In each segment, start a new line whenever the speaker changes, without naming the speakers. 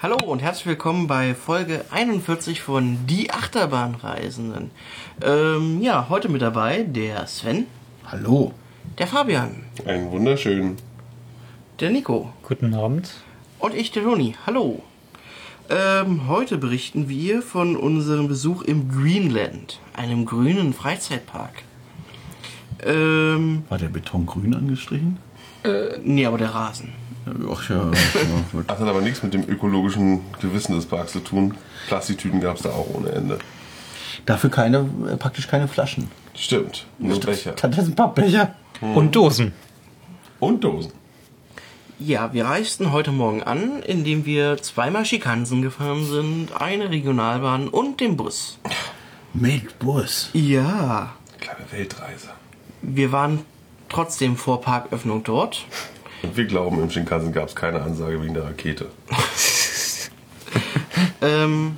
Hallo und herzlich willkommen bei Folge 41 von Die Achterbahnreisenden. Ähm, ja, heute mit dabei der Sven,
Hallo.
der Fabian,
Einen wunderschönen.
der Nico
Guten Abend.
und ich, der Toni. Hallo. Ähm, heute berichten wir von unserem Besuch im Greenland, einem grünen Freizeitpark. Ähm,
War der Beton grün angestrichen?
nee, aber der Rasen.
Ach ja, ja, gut.
Das hat aber nichts mit dem ökologischen Gewissen des Parks zu tun. Plastiktüten gab es da auch ohne Ende.
Dafür keine, äh, praktisch keine Flaschen.
Stimmt. Nur Becher.
Stattdessen Pappbecher.
Und Dosen.
Und Dosen.
Ja, wir reisten heute Morgen an, indem wir zweimal Schikansen gefahren sind, eine Regionalbahn und den Bus.
Mit Bus.
Ja,
Kleine Weltreise.
wir waren trotzdem vor Parköffnung dort.
Und wir glauben, im Shinkansen gab es keine Ansage wegen der Rakete.
Ähm,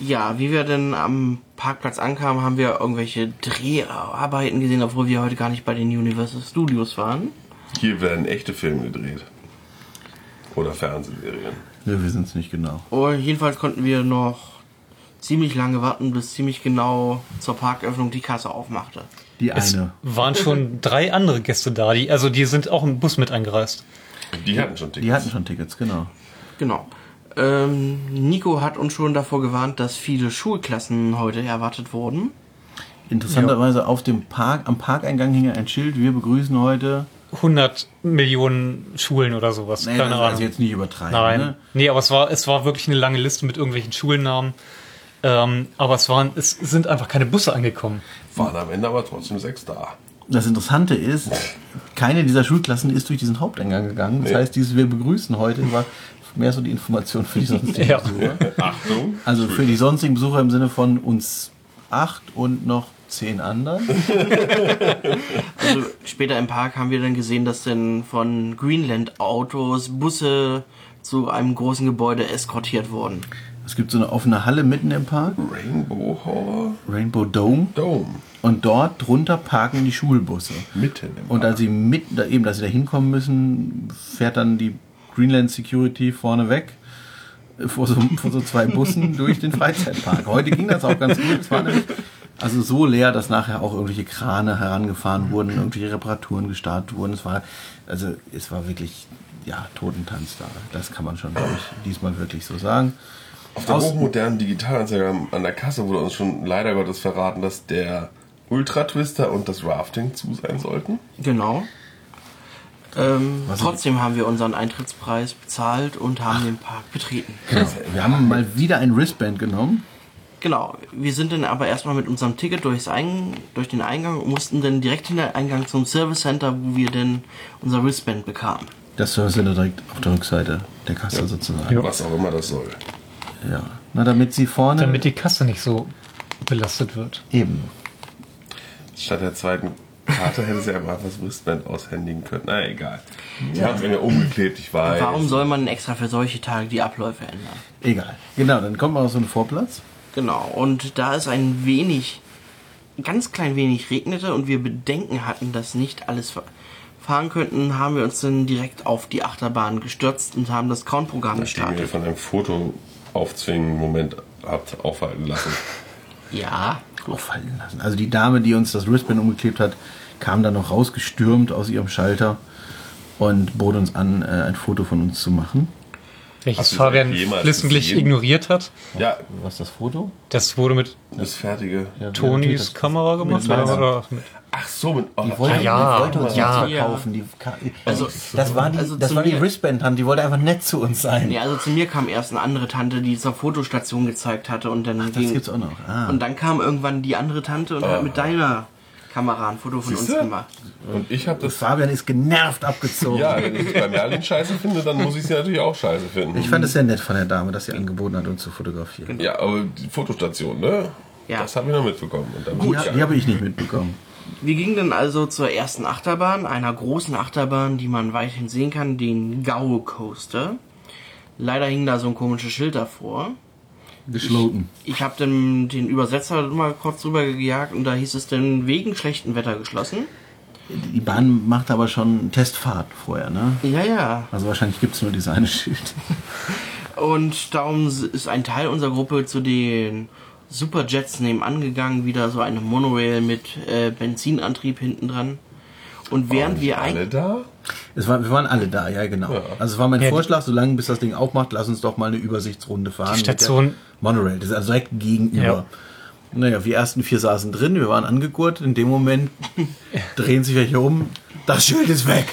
ja, wie wir denn am Parkplatz ankamen, haben wir irgendwelche Dreharbeiten gesehen, obwohl wir heute gar nicht bei den Universal Studios waren.
Hier werden echte Filme gedreht. Oder Fernsehserien.
Ja, wir sind es nicht genau.
Und jedenfalls konnten wir noch ziemlich lange warten, bis ziemlich genau zur Parköffnung die Kasse aufmachte.
Die
Es
eine.
waren schon drei andere Gäste da, die, also die sind auch im Bus mit angereist.
Die hatten schon Tickets.
Die hatten schon Tickets, genau.
Genau. Ähm, Nico hat uns schon davor gewarnt, dass viele Schulklassen heute erwartet wurden.
Interessanterweise auf dem Park, am Parkeingang hing ja ein Schild, wir begrüßen heute.
100 Millionen Schulen oder sowas.
Nee,
Keine
das
Ahnung.
also jetzt nicht übertreiben.
Nein.
Ne?
Nee, aber es war, es war wirklich eine lange Liste mit irgendwelchen Schulnamen. Ähm, aber es waren, es sind einfach keine Busse angekommen.
Waren am Ende aber trotzdem sechs da.
Das Interessante ist, keine dieser Schulklassen ist durch diesen Haupteingang gegangen. Das
Nee.
heißt, dieses Wir begrüßen heute war mehr so die Information für die sonstigen
Ja.
Besucher.
Achtung.
Also für die sonstigen Besucher im Sinne von uns acht und noch zehn anderen.
Also später im Park haben wir dann gesehen, dass denn von Greenland Autos, Busse zu einem großen Gebäude eskortiert wurden.
Es gibt so eine offene Halle mitten im Park,
Rainbow Hall
Rainbow Dome,
Dome.
und dort drunter parken die Schulbusse.
Mitten im
Und als sie mitten, da- eben, dass sie da hinkommen müssen, fährt dann die Greenland Security vorne weg äh, vor so, vor so zwei Bussen durch den Freizeitpark. Heute ging das auch ganz gut. Es war nämlich also so leer, dass nachher auch irgendwelche Krane herangefahren wurden,
Mhm.
irgendwelche Reparaturen gestartet wurden. Es war, also es war wirklich, ja, Totentanz da. Das kann man schon, glaube ich, diesmal wirklich so sagen.
Auf der
Aus-
hochmodernen Digitalanzeige an der Kasse wurde uns schon leider Gottes verraten, dass der Ultra Twister und das Rafting zu sein sollten.
Genau. Ähm,
Was-
trotzdem haben wir unseren Eintrittspreis bezahlt und haben den Park betreten.
Genau. Wir haben mal wieder ein Wristband genommen.
Genau. Wir sind dann aber erstmal mit unserem Ticket durchs Ein durch den Eingang und mussten dann direkt hinter Eingang zum Service Center, wo wir dann unser Wristband bekamen.
Das Service Center direkt auf der Rückseite der Kasse sozusagen.
Was auch immer das soll.
Ja. Na, damit sie vorne.
Damit die Kasse nicht so belastet wird.
eben.
Statt der zweiten Karte hätte sie einfach das Wristband aushändigen können. Na egal. Sie haben es irgendwie umgeklebt, ich weiß.
Warum soll man extra für solche Tage die Abläufe ändern?
Egal. Genau, dann kommt man auf so einen Vorplatz.
Genau, und da es ein wenig, ganz klein wenig regnete und wir Bedenken hatten, dass nicht alles fa- fahren könnten, haben wir uns dann direkt auf die Achterbahn gestürzt und haben das Countprogramm
Nachdem ihr
gestartet.
von einem Foto aufzwingen Moment habt aufhalten lassen.
Ja,
Auffallen lassen. Also die Dame, die uns das Wristband umgeklebt hat, kam dann noch rausgestürmt aus ihrem Schalter und bot uns an, äh, ein Foto von uns zu machen.
Welches
Hast du das
Fabian
jemals
flissentlich
gesehen?
ignoriert hat.
Ja,
Was das Foto?
Das wurde mit
das fertige.
Tonis Kamera gemacht.
meiner.
Oder, oder mit,
Ach so, mit oh,
Die wollte,
ja,
die wollte uns
ja.
nichts verkaufen. Die, Ka-
Also-
das war die,
also zu
das war die
mir-
Wristband-Hand. Die wollte einfach nett zu uns sein.
nee, also zu mir kam erst eine andere Tante, die zur Fotostation gezeigt hatte und dann
Das gibt's auch Ah. noch. Ah.
Und dann kam irgendwann die andere Tante und hat mit deiner Kamera ein Foto von
Siehste?
uns gemacht.
Und ich habe das.
Fabian ist genervt abgezogen.
Ja, wenn ich bei Merlin scheiße finde, dann muss ich sie natürlich auch scheiße finden.
Ich fand es sehr nett von der Dame, dass sie angeboten hat, uns zu fotografieren.
Ja, aber die Fotostation, ne?
Ja.
Das habe ich noch mitbekommen. Und dann
Die, die habe ich nicht mitbekommen.
Wir gingen dann also zur ersten Achterbahn, einer großen Achterbahn, die man weithin sehen kann, den Gau Coaster. Leider hing da so ein komisches Schild davor.
Geschloten.
Ich habe dann den Übersetzer mal kurz drüber gejagt und da hieß es dann wegen schlechtem Wetter geschlossen.
Die Bahn macht aber schon Testfahrt vorher, ne?
Ja, ja.
Also wahrscheinlich gibt es nur dieses eine Schild.
Und darum ist ein Teil unserer Gruppe zu den Superjets nebenan gegangen, wieder so eine Monorail mit äh, Benzinantrieb hinten dran. Und während wir
alle
ein
da?
Es war, wir waren alle da, ja genau. Also es war mein
Ja, die-
Vorschlag, solange bis das Ding aufmacht, lass uns doch mal eine Übersichtsrunde fahren. mit der
Station-
Monorail, das ist also direkt gegenüber.
Ja.
Naja, die ersten vier saßen drin, wir waren angegurtet. In dem Moment drehen sich welche um. Das Schild ist weg.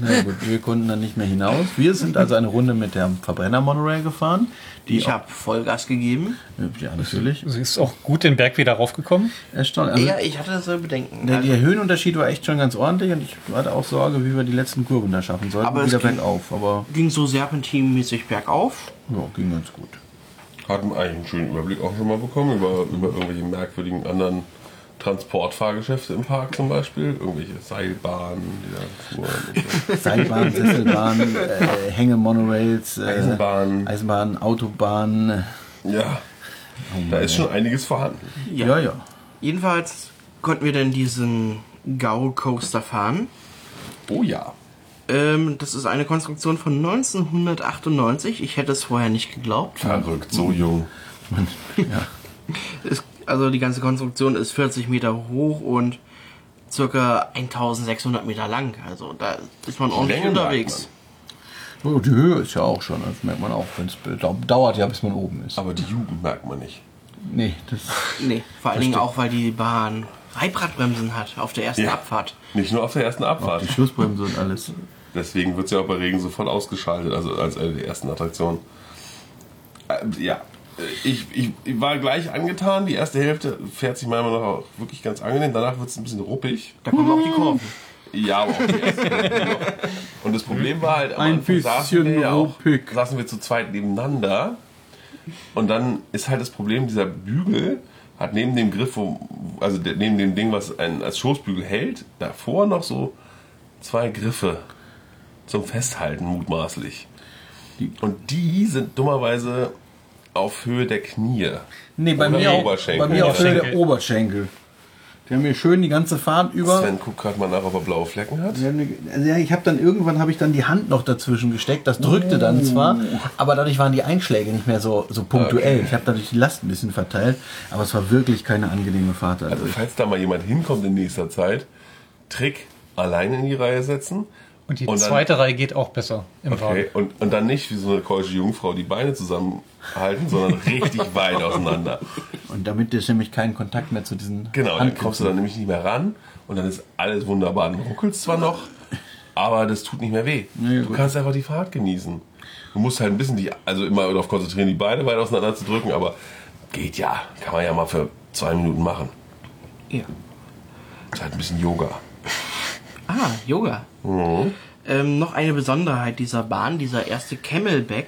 Na gut, wir konnten dann nicht mehr hinaus. Wir sind also eine Runde mit der Verbrenner-Monorail gefahren. Die
ich habe Vollgas gegeben.
ja, natürlich.
Sie ist auch gut den Berg wieder raufgekommen.
Erstaunlich. Also,
ja, ich hatte so Bedenken.
der,
Also,
der Höhenunterschied war echt schon ganz ordentlich und ich hatte auch Sorge, wie wir die letzten Kurven da schaffen sollten.
Aber es
wieder
ging-
bergauf, aber
ging so serpentinmäßig bergauf.
ja, ging ganz gut.
Hatten eigentlich einen schönen Überblick auch schon mal bekommen über, über irgendwelche merkwürdigen anderen Transportfahrgeschäfte im Park zum Beispiel. Irgendwelche Seilbahnen, die da fuhren. und so.
Seilbahn, Sesselbahn, äh, Hänge-Monorails, äh,
Eisenbahn.
Eisenbahn, Autobahn.
Ja, da ist schon einiges vorhanden.
Ja, ja. ja.
Jedenfalls konnten wir dann diesen Gaul Coaster fahren.
Oh ja.
Ähm, das ist eine Konstruktion von 1998. Ich hätte es vorher nicht geglaubt.
Verrückt, so jung.
Es, also die ganze Konstruktion ist 40 Meter hoch und circa 1600 Meter lang. Also da ist man ordentlich
Länge merkt
unterwegs.
Oh, Die Höhe ist ja auch schon, das merkt man auch, wenn es dauert ja, bis man oben ist.
Aber die Jugend merkt man nicht.
Nee, das
Nee, vor allen Dingen auch, weil die Bahn Reibradbremsen hat auf der ersten
Ja.
Abfahrt.
Nicht nur auf der ersten Abfahrt.
die Schlussbremse und alles.
Deswegen wird sie auch bei Regen sofort ausgeschaltet, also als eine der ersten Attraktionen. Ähm, ja, ich, ich, ich war gleich angetan. Die erste Hälfte fährt sich meiner Meinung nach auch wirklich ganz angenehm. Danach wird es ein bisschen ruppig.
Da kommen auch die Kurven.
Ja, aber auch die erste Hälfte. Und das Problem war halt, am
Ein
Anfang saßen wir,
bisschen
ja auch,
ruppig.
saßen wir zu zweit nebeneinander. Und dann ist halt das Problem, dieser Bügel hat neben dem Griff, wo, also der- neben dem Ding, was einen als Schoßbügel hält, davor noch so zwei Griffe zum Festhalten mutmaßlich.
Die-
Und die sind dummerweise auf Höhe der Knie.
Nee, bei
Oder
mir, auch, bei
Oberschenkel.
mir auch
Oberschenkel.
der Oberschenkel. Die haben mir schön die ganze Fahrt über.
Sven guckt gerade mal nach, ob er blaue Flecken hat.
Die haben mir- Also ja, ich habe dann irgendwann habe ich dann die Hand noch dazwischen gesteckt. Das drückte
Oh.
dann zwar, aber dadurch waren die Einschläge nicht mehr so, so punktuell. Ich habe dadurch die Last ein bisschen verteilt, aber es war wirklich keine angenehme Fahrt.
Also
dadurch.
falls da mal jemand hinkommt in nächster Zeit, Trick alleine in die Reihe setzen.
Und die
Und dann-
zweite Reihe geht auch besser im
Okay. Und, und dann nicht wie so eine keusche Jungfrau die Beine zusammenhalten, sondern richtig weit auseinander.
Also
Und damit ist nämlich kein Kontakt mehr zu diesen
Genau, dann kommst du
Handkissen.
dann nämlich nicht mehr ran und dann ist alles wunderbar. Du ruckelst zwar noch, aber das tut nicht mehr weh.
Nee,
du
gut.
kannst einfach die Fahrt genießen. Du musst halt ein bisschen die, also immer darauf konzentrieren, die Beine weit auseinander zu drücken, aber geht ja. Kann man ja mal für zwei Minuten machen.
Ja.
Ist halt ein bisschen Yoga.
Ah, Yoga. Ähm, noch eine Besonderheit dieser Bahn, dieser erste Camelback,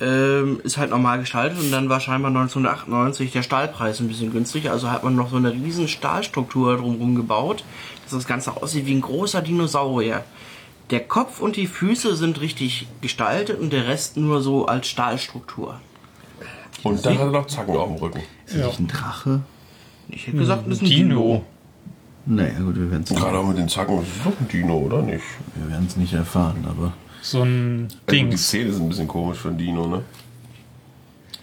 ähm, ist halt normal gestaltet und dann war scheinbar 1998 der Stahlpreis ein bisschen günstiger. Also hat man noch so eine riesen Stahlstruktur drumherum gebaut, dass das Ganze aussieht wie ein großer Dinosaurier. Der Kopf und die Füße sind richtig gestaltet und der Rest nur so als Stahlstruktur.
Und dann hat er noch Zacken auf dem Rücken.
Ist das ein Drache?
Ich hätte gesagt, das ist ein
Dino.
Naja, gut, wir werden es
Gerade auch mit den Zacken, das ist doch ein Dino, oder nicht?
wir werden's nicht erfahren, aber
So ein
Ding. Die
Dings.
Zähne sind ein bisschen komisch für ein Dino, ne?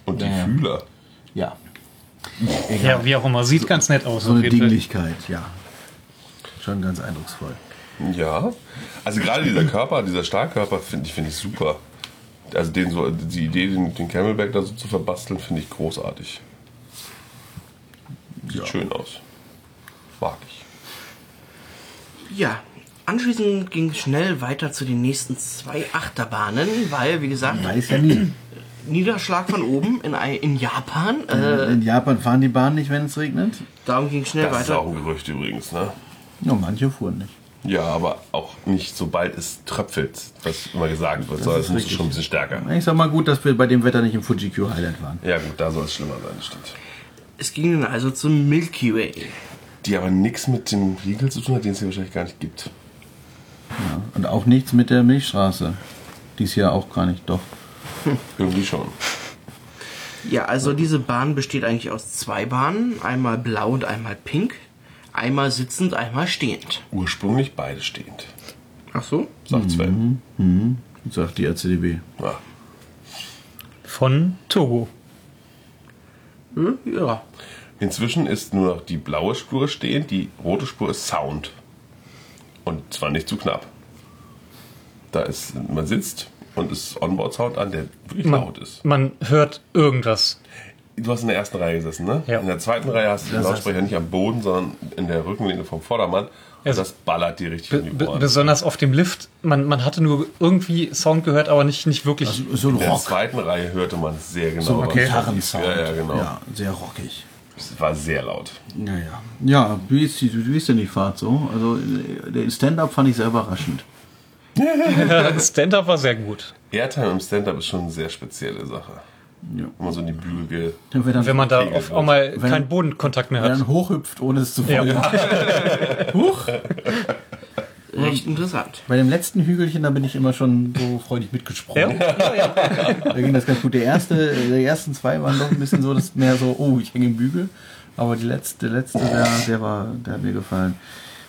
Und die
Ja, ja.
Fühler.
ja.
Ja, wie auch immer. Sieht ganz nett aus.
So
auf
eine
jeden Fall.
Dinglichkeit, ja. Schon ganz eindrucksvoll.
Ja. Also gerade dieser Körper, dieser Stahlkörper, finde ich, finde ich super. Also den so, die Idee, den, den Camelback da so zu verbasteln, finde ich großartig. Sieht schön aus. Mag ich.
Ja, anschließend ging es schnell weiter zu den nächsten zwei Achterbahnen, weil, wie gesagt,
Weiß ja nie.
Niederschlag von oben in, Ei- in Japan. Äh,
In Japan fahren die Bahnen nicht, wenn es regnet.
darum ging es schnell
Das ist auch
weiter.
ein Gerücht übrigens, ne?
Nur manche fuhren nicht.
Ja, aber auch nicht, sobald es tröpfelt, was immer gesagt wird, sondern es muss schon ein bisschen stärker.
Ich sag mal gut, dass wir bei dem Wetter nicht im Fuji-Q Highland waren.
Ja gut, da soll es schlimmer sein, stimmt.
Es ging dann also zum Milky Way.
Die aber nichts mit dem Riegel zu tun hat, den es hier wahrscheinlich gar nicht gibt.
Ja. Und auch nichts mit der Milchstraße. Die ist ja auch gar nicht, doch.
Irgendwie schon.
Ja, also diese Bahn besteht eigentlich aus zwei Bahnen. Einmal blau und einmal pink. Einmal sitzend, einmal stehend.
Ursprünglich beide stehend,
Mhm.
Ach so?
sagt Sven.
Sagt die RCDB.
Ja.
von Togo.
Hm? Ja.
Inzwischen ist nur noch die blaue Spur stehend, die rote Spur ist Sound. Und zwar nicht zu knapp. Da ist, man sitzt und ist Onboard-Sound an, der wirklich
Man,
laut ist.
man hört irgendwas.
Du hast in der ersten Reihe gesessen, ne?
Ja.
In der zweiten Reihe hast du den
Das heißt-
Lautsprecher nicht am Boden, sondern in der Rückenlehne vom Vordermann. Und
Also-
das ballert dir richtig
B
in die
b-
Ohren.
besonders auf dem Lift. Man, man hatte nur irgendwie Sound gehört, aber nicht, nicht wirklich.
So ein
In der
Rock.
zweiten Reihe hörte man sehr genau.
So ein
was
okay.
lief. Ja, ja, genau.
Ja, sehr rockig.
Es war sehr laut.
Ja, ja. Ja, wie ist, die, wie ist denn die Fahrt so? Also, äh, der Stand-Up fand ich sehr überraschend.
Stand-up war sehr gut.
Airtime im Stand-Up ist schon eine sehr spezielle Sache. Wenn man so in die Bügel geht.
Wenn dann,
Wenn man da auf
genau.
einmal
Wenn-
keinen Bodenkontakt mehr
wenn
hat.
dann hochhüpft, ohne es zu
Ja.
folgen. Huch.
Recht interessant.
Bei dem letzten Hügelchen, da bin ich immer schon so freudig mitgesprungen. Da ging das ganz gut. Der erste, die ersten zwei waren doch ein bisschen so, dass mehr so, oh, ich hänge im Bügel. Aber die letzte, der letzte, der, der war, der hat mir gefallen.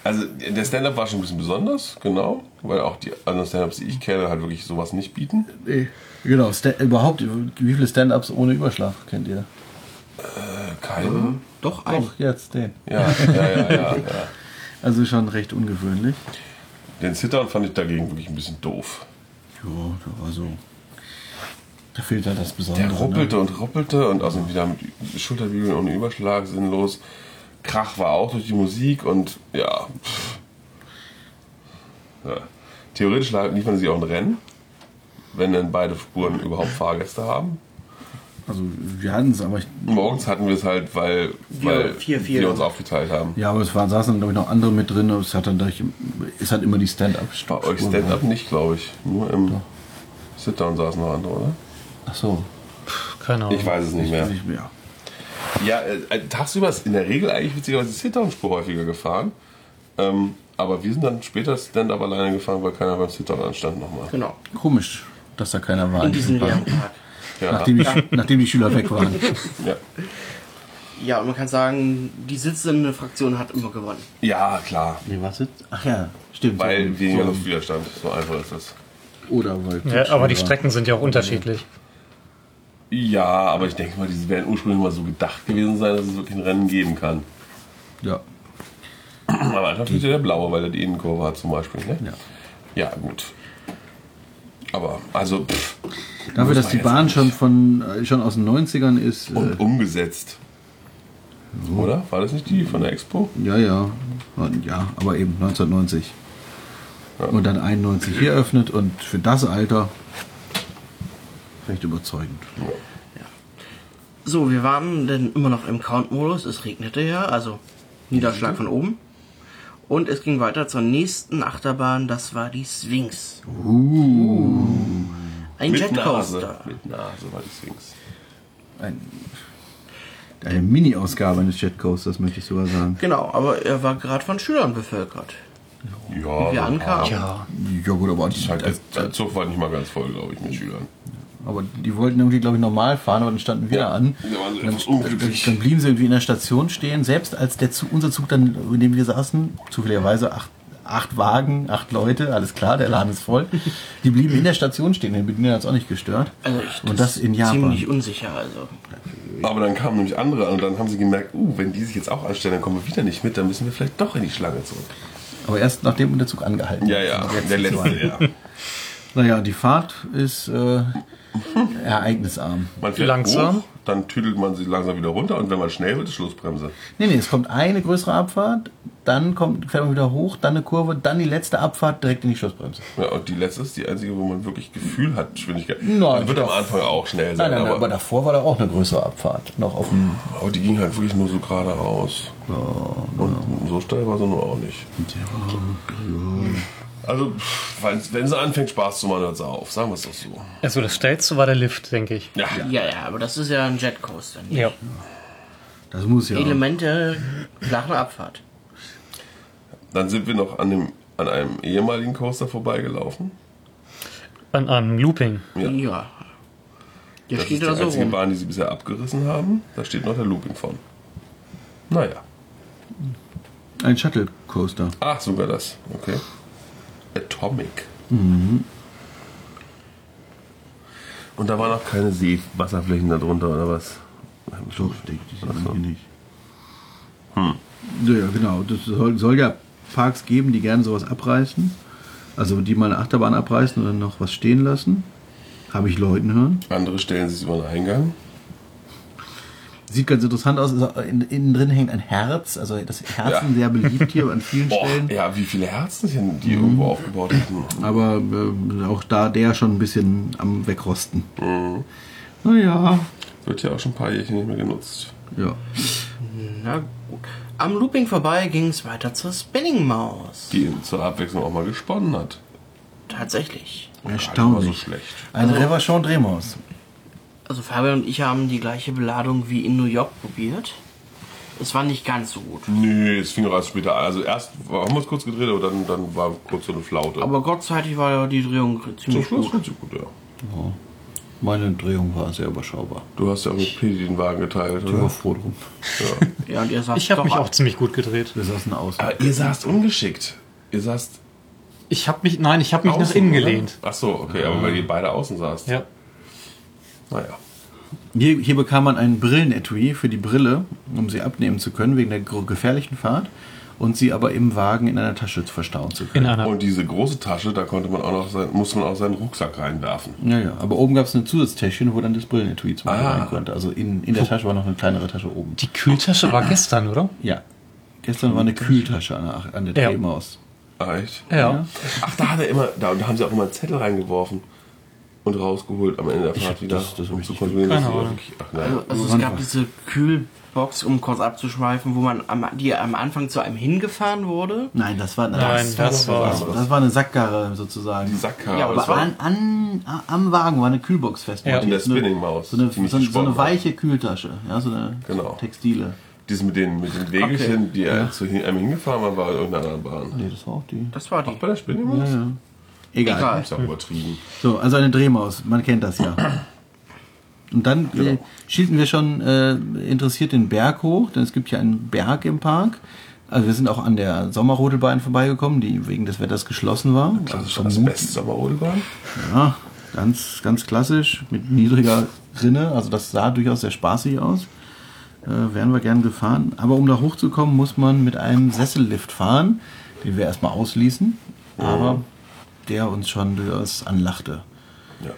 Also der Stand-Up war schon ein bisschen besonders, genau. Weil auch die anderen Stand-Ups, die ich kenne, halt wirklich sowas nicht bieten.
Nee. Genau, Sta- überhaupt, wie viele Stand-Ups ohne Überschlag kennt ihr?
Keinen?
Doch, ein.
Doch, jetzt, den.
Ja, ja, ja, ja, ja.
Also schon recht ungewöhnlich.
Den Zittern fand ich dagegen wirklich ein bisschen doof.
Ja, da war so. Da fehlt halt das Besondere.
ne?
Der ruppelte und ruppelte und außerdem wieder mit Ü- Schulterbügeln und Überschlag sinnlos. Krach war auch durch die Musik und ja. pff. ja. Theoretisch liefern sie auch ein Rennen, wenn dann beide Spuren überhaupt Fahrgäste haben.
Ne? Also wir hatten es, aber ich,
Morgens hatten wir es halt, weil,
Wir
weil
vier, vier.
wir uns aufgeteilt haben.
ja, aber es waren, saßen glaube ich noch andere mit drin. Es hat dann durch, es hat immer die Stand-up.
Bei euch Stand-Up nicht, glaube ich. Nur im Sit-Down saßen noch andere, oder?
Ach so.
Keine Ahnung.
Ich weiß es nicht mehr.
Nicht mehr.
Ja, äh, tagsüber ist in der Regel eigentlich witzigerweise Sit-Down-Spur häufiger gefahren. Ähm, aber wir sind dann später Stand-Up alleine gefahren, weil keiner beim Sit-Down anstand nochmal.
Genau.
Komisch, dass da keiner war.
In diesem leeren Tag.
Ja.
Nachdem die, nachdem die Schüler weg waren.
Ja.
Ja, und man kann sagen, die sitzende Fraktion hat immer gewonnen.
ja, klar.
Nee, was jetzt? Ach ja, stimmt.
Weil
So-
weniger
so-
Luftwiderstand. So einfach ist das.
Oder weil.
ja, aber die
Schüler-
Strecken sind ja auch unterschiedlich.
Ja, aber ich denke mal, die werden ursprünglich mal so gedacht gewesen sein, dass es wirklich ein Rennen geben kann.
Ja.
Am Anfang fehlte der blaue, weil er die Innenkurve hat zum Beispiel. Ne?
ja.
Ja, gut. Aber, also, pff,
Dafür,
Muss
dass
man
die
jetzt
Bahn
nicht.
schon, von, äh, schon aus den 90ern ist. Äh,
und umgesetzt. Oder? War das nicht die von der Expo?
ja, ja. Und, ja, aber eben 1990. Und dann 91 hier eröffnet und für das Alter recht überzeugend.
So, wir waren dann immer noch im Count-Modus. Es regnete ja, also
Mhm.
Niederschlag von oben. Und es ging weiter zur nächsten Achterbahn, das war die Sphinx. Ein
Uh. Mit Nase.
Jetcoaster.
Mit Nase war die Sphinx.
Ein, eine Mini-Ausgabe eines Jetcoasters, möchte ich sogar sagen.
Genau, aber er war gerade von Schülern bevölkert.
Ja,
Wir ankamen.
Ja.
Ja, gut, aber die,
Halt, der, der Zug war nicht mal ganz voll, glaube ich, mit Schülern.
aber die wollten irgendwie, glaube ich, normal fahren, aber dann standen wir da an.
Wir waren so
Dann,
etwas unglücklich.
dann blieben sie irgendwie in der Station stehen. Selbst als der Zug, unser Zug dann, in dem wir saßen, zufälligerweise acht, acht Wagen, acht Leute, alles klar, der Laden ist voll. Die blieben in der Station stehen, den Bediener hat es auch nicht gestört.
Also ich,
Und das in Japan.
Ziemlich unsicher, also.
Aber dann kamen nämlich andere an und dann haben sie gemerkt, uh, wenn die sich jetzt auch anstellen, dann kommen wir wieder nicht mit, dann müssen wir vielleicht doch in die Schlange zurück.
Aber erst nachdem der Zug angehalten
Ja,
hat.
ja,
Jetzt
der
ist es
letzte,
so.
ja.
Naja, die Fahrt ist äh, ereignisarm.
Man fährt
Langsam.
hoch, dann tüdelt man sie langsam wieder runter und wenn man schnell wird, ist Schlussbremse.
Nee, nee, es kommt eine größere Abfahrt, dann kommt, fährt man wieder hoch, dann eine Kurve, dann die letzte Abfahrt direkt in die Schlussbremse.
Ja, und die letzte ist die einzige, wo man wirklich Gefühl hat, Geschwindigkeit. Also
Nein,
wird am
doch.
Anfang auch schnell
Nein,
sein,
nein, aber,
aber,
davor war da auch eine größere Abfahrt. Noch auf dem.
aber die ging halt wirklich nur so geradeaus.
genau.
Und so steil war sie nur auch nicht. Also, pff, wenn's- wenn sie anfängt, Spaß zu machen, hört sie auf. Sagen wir es doch so.
Also das Schnellste war der Lift, denke ich.
Ja.
Ja, ja, aber das ist ja ein Jetcoaster. nicht?
Ja.
Das muss ja.
Elemente flache Abfahrt.
Dann sind wir noch an, dem, an einem ehemaligen Coaster vorbeigelaufen.
An einem Looping.
Ja.
Ja.
Der
Das
steht
ist die
da so
einzige
rum.
Bahn, die sie bisher abgerissen haben. Da steht noch der Looping von. Naja.
Ein Shuttle Coaster.
Ach, sogar das. Okay.
Mhm.
Atomic. Und da waren auch keine Seewasserflächen darunter oder was?
So steht die
Ach
sind
so.
hier nicht. Hm. Ja, genau. Das soll, soll ja Parks geben, die gerne sowas abreißen. Also die mal eine Achterbahn abreißen und dann noch was stehen lassen. Habe ich Leuten hören.
Andere stellen sich über den Eingang.
Sieht ganz interessant aus. Ist auch- in- Innen drin hängt ein Herz. Also das Herzen
Ja.
sehr beliebt hier an vielen
Boah,
Stellen.
ja, wie viele Herzenchen die irgendwo aufgebaut hatten.
Aber äh, auch da der schon ein bisschen am Wegrosten. Naja.
Wird ja auch schon ein paar Jährchen nicht mehr genutzt.
Ja.
Na gut. Am Looping vorbei ging es weiter zur Spinning Maus.
Die zur Abwechslung auch mal gesponnen hat.
Tatsächlich.
Gar nicht mal so
Erstaunlich.
schlecht.
Ein Reverchon Drehmaus.
Also Fabian und ich haben die gleiche Beladung wie in New York probiert. Es war nicht ganz so gut.
Nee, es fing doch erst später an. Also erst war- haben wir es kurz gedreht, aber dann, dann war kurz so eine Flaute.
Aber gottzeitig war ja die Drehung
zum
ziemlich
Schluss
gut.
ganz gut, ja.
Meine Drehung war sehr überschaubar.
Du hast ja auch mit Pedi den Wagen geteilt,
Ich war
oder?
froh drum.
Ja.
Ja, und ihr sagt
Ich habe
doch
mich
ab.
auch ziemlich gut gedreht.
Wir saßen außen.
Aber ihr saßt ungeschickt. Ihr saßt
Ich habe mich, nein, ich habe mich nach
außen,
innen
oder?
gelehnt.
Ach so, okay, aber weil ihr beide außen saßt. Ah,
Ja.
Naja.
Hier, hier bekam man ein Brillenetui für die Brille, um sie abnehmen zu können, wegen der gro- gefährlichen Fahrt. Und sie aber im Wagen in einer Tasche verstauen zu
In
können.
einer.
Und diese große Tasche, da konnte man auch noch sein, musste man auch seinen Rucksack reinwerfen.
Ja, ja. Aber oben gab es eine Zusatztäschchen, wo dann das Brillenetui zum Beispiel
Ah.
rein konnte. Also in, in der Tasche war noch eine kleinere Tasche oben.
Die Kühltasche war gestern, oder?
Ja. Gestern war eine Kühltasche an der, an der
Ja.
Drehmaus.
Ah, echt?
Ja.
Ach, da hat er immer, da, da haben sie auch immer einen Zettel reingeworfen und rausgeholt am Ende der Fahrt wieder.
das- das hab
um
ich
zu
nicht
kontrollieren, dass
Keine
sie auch
Ahnung.
wirklich- Ach, nein.
Also, also es
Wann
gab
war-
diese Kühlbox, um kurz abzuschweifen, wo man am, die am Anfang zu einem hingefahren wurde.
Nein, das war,
Nein,
das,
das war.
das war eine Sackgarre sozusagen.
Die Sackkarre,
Ja,
aber
aber
das war
An, an, am Wagen war eine Kühlbox festmontiert.
Ja. In
der
So eine-
Spinning-Maus.
So eine,
Nicht
so, eine- so
Sportwagen.
eine weiche Kühltasche. Ja, so eine
Genau.
Textile.
dieses mit den, mit den Wägelchen, die er zu hin- einem hingefahren war, war in irgendeiner anderen Bahn.
Nee, das war auch die.
Das war die.
Auch bei der Spinne?
Ja, ja. Egal.
Egal.
Ist ja übertrieben.
So, also eine Drehmaus, man kennt das ja. Und dann äh,
Genau.
schielten wir schon äh, interessiert den Berg hoch, denn es gibt ja einen Berg im Park. Also wir sind auch an der Sommerrodelbahn vorbeigekommen, die wegen des Wetters geschlossen war.
Das ist
Also
schon das
vermutlich,
beste Sommerrodelbahn.
ja, ganz, ganz klassisch, mit niedriger Rinne. Also das sah durchaus sehr spaßig aus. Äh, wären wir gern gefahren. Aber um da hochzukommen, muss man mit einem Sessellift fahren, den wir erstmal ausließen. Aber der uns schon durchaus anlachte.
Ja.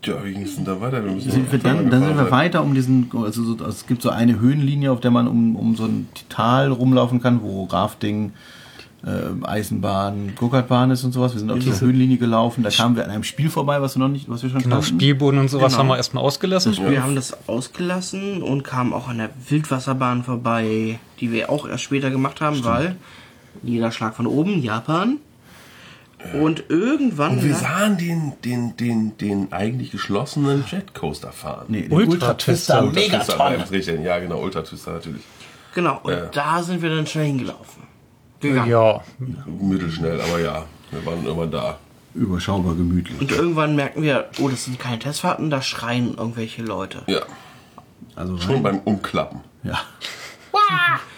Tja, wie ging es denn da weiter? Wir müssen
sind wir dann, dann sind wir weiter um diesen, also so, es gibt so eine Höhenlinie, auf der man um, um so ein Tal rumlaufen kann, wo Rafting, äh, Eisenbahn, Gurkartbahn ist und sowas. Wir sind auf dieser Höhenlinie gelaufen, da kamen wir an einem Spiel vorbei, was wir noch nicht, was wir schon
Genau,
kannten.
Spielboden und sowas
Genau.
haben wir erstmal ausgelassen.
Wir haben das ausgelassen und kamen auch an der Wildwasserbahn vorbei, die wir auch erst später gemacht haben, weil Niederschlag von oben, Japan. Und irgendwann.
Und wir sahen den, den, den, den eigentlich geschlossenen Jetcoaster fahren.
Nee, den
Ultratwister.
Ultratwister.
Ultra Twister, ja, ist richtig. Ja, genau, Ultra Twister natürlich.
genau, und
Ja.
da sind wir dann schnell hingelaufen. Gegangen.
Ja.
Mittelschnell, aber ja, wir waren irgendwann da.
Überschaubar gemütlich.
Und irgendwann merken wir, oh, das sind keine Testfahrten, da schreien irgendwelche Leute.
Ja,
Also
schon
rein,
beim Umklappen.
ja.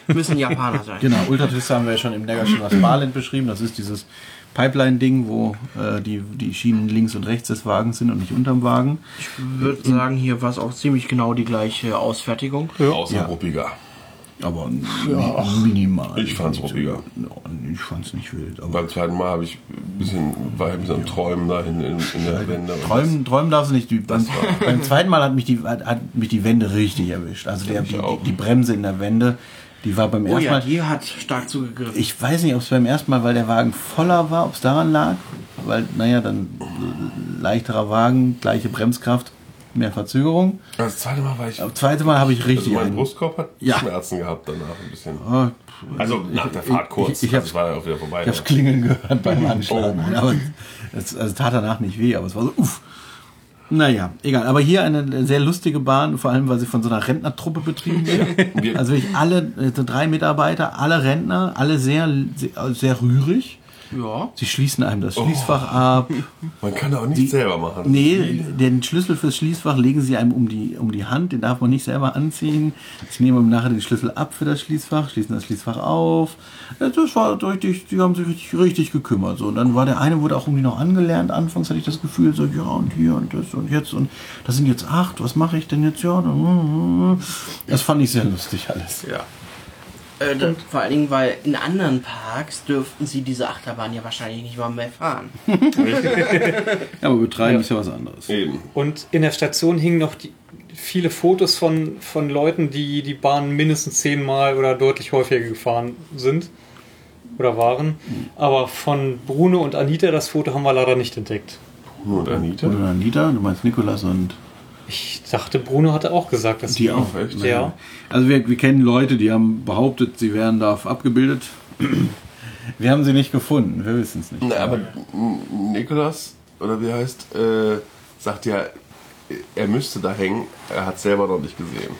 Müssen Japaner sein.
Genau, Ultratwister haben wir ja schon im Negationsbaland Barland beschrieben. Das ist dieses Pipeline-Ding, wo äh, die, die Schienen links und rechts des Wagens sind und nicht unterm Wagen.
Ich würde sagen, hier war es auch ziemlich genau die gleiche Ausfertigung.
Außer
Ja.
ruppiger.
Aber minimal.
Ich fand's ruppiger.
Ich fand's nicht wild. Aber
Beim zweiten Mal habe ich ein bisschen, war ich ein bisschen am Träumen da in, in, in der Wende. Und
Träumen, träumen darfst du nicht. Die, beim, beim zweiten Mal hat mich, die, hat, hat mich die Wende richtig erwischt. Also der, die,
auch.
die Bremse in der Wende, die war beim
Oh
ersten
ja,
Mal.
die hat stark zugegriffen.
Ich weiß nicht, ob es beim ersten Mal, weil der Wagen voller war, ob es daran lag. Weil, naja, dann leichterer Wagen, gleiche Bremskraft, mehr Verzögerung.
Das, das zweite Mal war ich.
Beim zweiten Mal habe ich
Also
richtig.
mein
einen-
Brustkorb hat
Ja.
Schmerzen gehabt danach ein bisschen.
Oh,
Also nach der Fahrt kurz.
ich- ich
also, es
hab's-
war ja auch wieder vorbei.
ich habe es klingeln gehört beim Anschlagen.
Oh.
Aber es also tat danach nicht weh, aber es war so, uff. Naja, egal. Aber hier eine sehr lustige Bahn, vor allem, weil sie von so einer Rentnertruppe betrieben wird.
Wir-
Also ich alle, äh, so drei Mitarbeiter, alle Rentner, alle sehr, sehr, sehr rührig.
Ja.
Sie schließen einem das Schließfach ab.
Man kann da auch nichts
Die-
selber machen.
Nee, den Schlüssel fürs Schließfach legen sie einem um die, um die Hand, den darf man nicht selber anziehen. Sie nehmen ihm nachher den Schlüssel ab für das Schließfach, schließen das Schließfach auf. Ja, Das war richtig, die haben sich richtig, richtig gekümmert. So. Und dann war der eine, wurde auch irgendwie noch angelernt. Anfangs hatte ich das Gefühl, so, ja, und hier und das und jetzt und das sind jetzt acht, was mache ich denn jetzt? Ja, dann- hm. das fand ich sehr lustig alles.
Ja.
Äh, das, vor allen Dingen, weil in anderen Parks dürften sie diese Achterbahn ja wahrscheinlich nicht mal mehr fahren.
Ja, aber betreiben ist ja was anderes.
Eben.
Und in der Station hingen noch die, viele Fotos von, von Leuten, die die Bahn mindestens zehnmal oder deutlich häufiger gefahren sind oder waren. Aber von Bruno und Anita, das Foto haben wir leider nicht entdeckt.
Nur und Anita.
Oder Anita, du meinst Nikolas und
Ich dachte, Bruno hatte auch gesagt, dass
Die auch,
echt?
Ja.
Also wir, wir kennen Leute, die haben behauptet, sie wären da abgebildet. Wir haben sie nicht gefunden, wir wissen es nicht.
Na, aber m, Nikolas, oder wie er heißt, äh, sagt ja, er müsste da hängen, er hat selber noch nicht gesehen.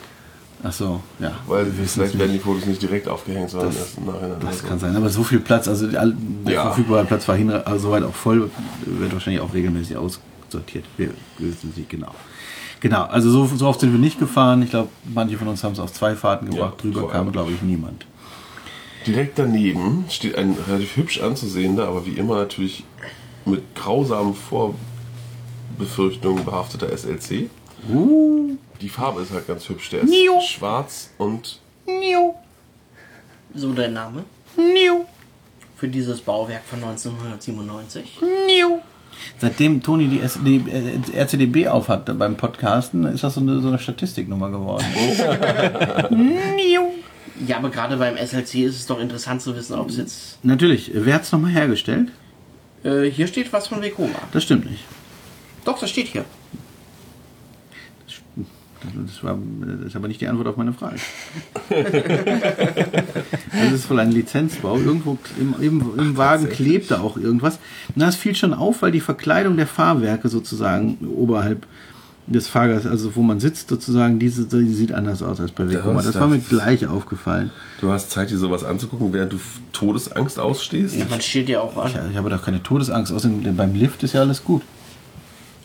Ach so, ja.
Weil
wir wissen's
vielleicht
nicht.
werden die Fotos nicht direkt aufgehängt, sondern erst im Nachhinein.
Das
Also,
kann sein, aber so viel Platz, also die- all- der
Ja.
verfügbare Platz war hinre- also soweit auch voll, wird wahrscheinlich auch regelmäßig aussortiert. Wir wissen es nicht genau. Genau, also so, so oft sind wir nicht gefahren. Ich glaube, manche von uns haben es auf zwei Fahrten gebracht.
Ja,
Drüber
so
kam,
ein-
glaube ich, niemand.
Direkt daneben steht ein relativ hübsch anzusehender, aber wie immer natürlich mit grausamen Vorbefürchtungen behafteter SLC. Die Farbe ist halt ganz hübsch. Der ist
Nio.
schwarz und
Niu,
So der Name
niu.
für dieses Bauwerk von 1997.
Seitdem Toni die, S die äh, RCDB aufhat beim Podcasten, ist das so eine, so eine Statistiknummer geworden.
Ja, aber gerade beim SLC ist es doch interessant zu wissen, ob es jetzt.
Natürlich, wer hat's nochmal hergestellt?
Äh, hier steht was von Vekoma.
Das stimmt nicht.
Doch, das steht hier.
Das, war, das ist aber nicht die Antwort auf meine Frage. das ist wohl ein Lizenzbau. Irgendwo im, im, im Wagen klebte auch irgendwas. Und das fiel schon auf, weil die Verkleidung der Fahrwerke sozusagen oberhalb des Fahrgasts, also wo man sitzt sozusagen, diese, die sieht anders aus als bei Vekoma.
was
Das
da-
war mir gleich aufgefallen.
du hast Zeit, dir sowas anzugucken, während du F- Todesangst ausstehst.
Ja, man steht ja auch an.
Ja, ich habe doch keine Todesangst, außerdem beim Lift ist ja alles gut.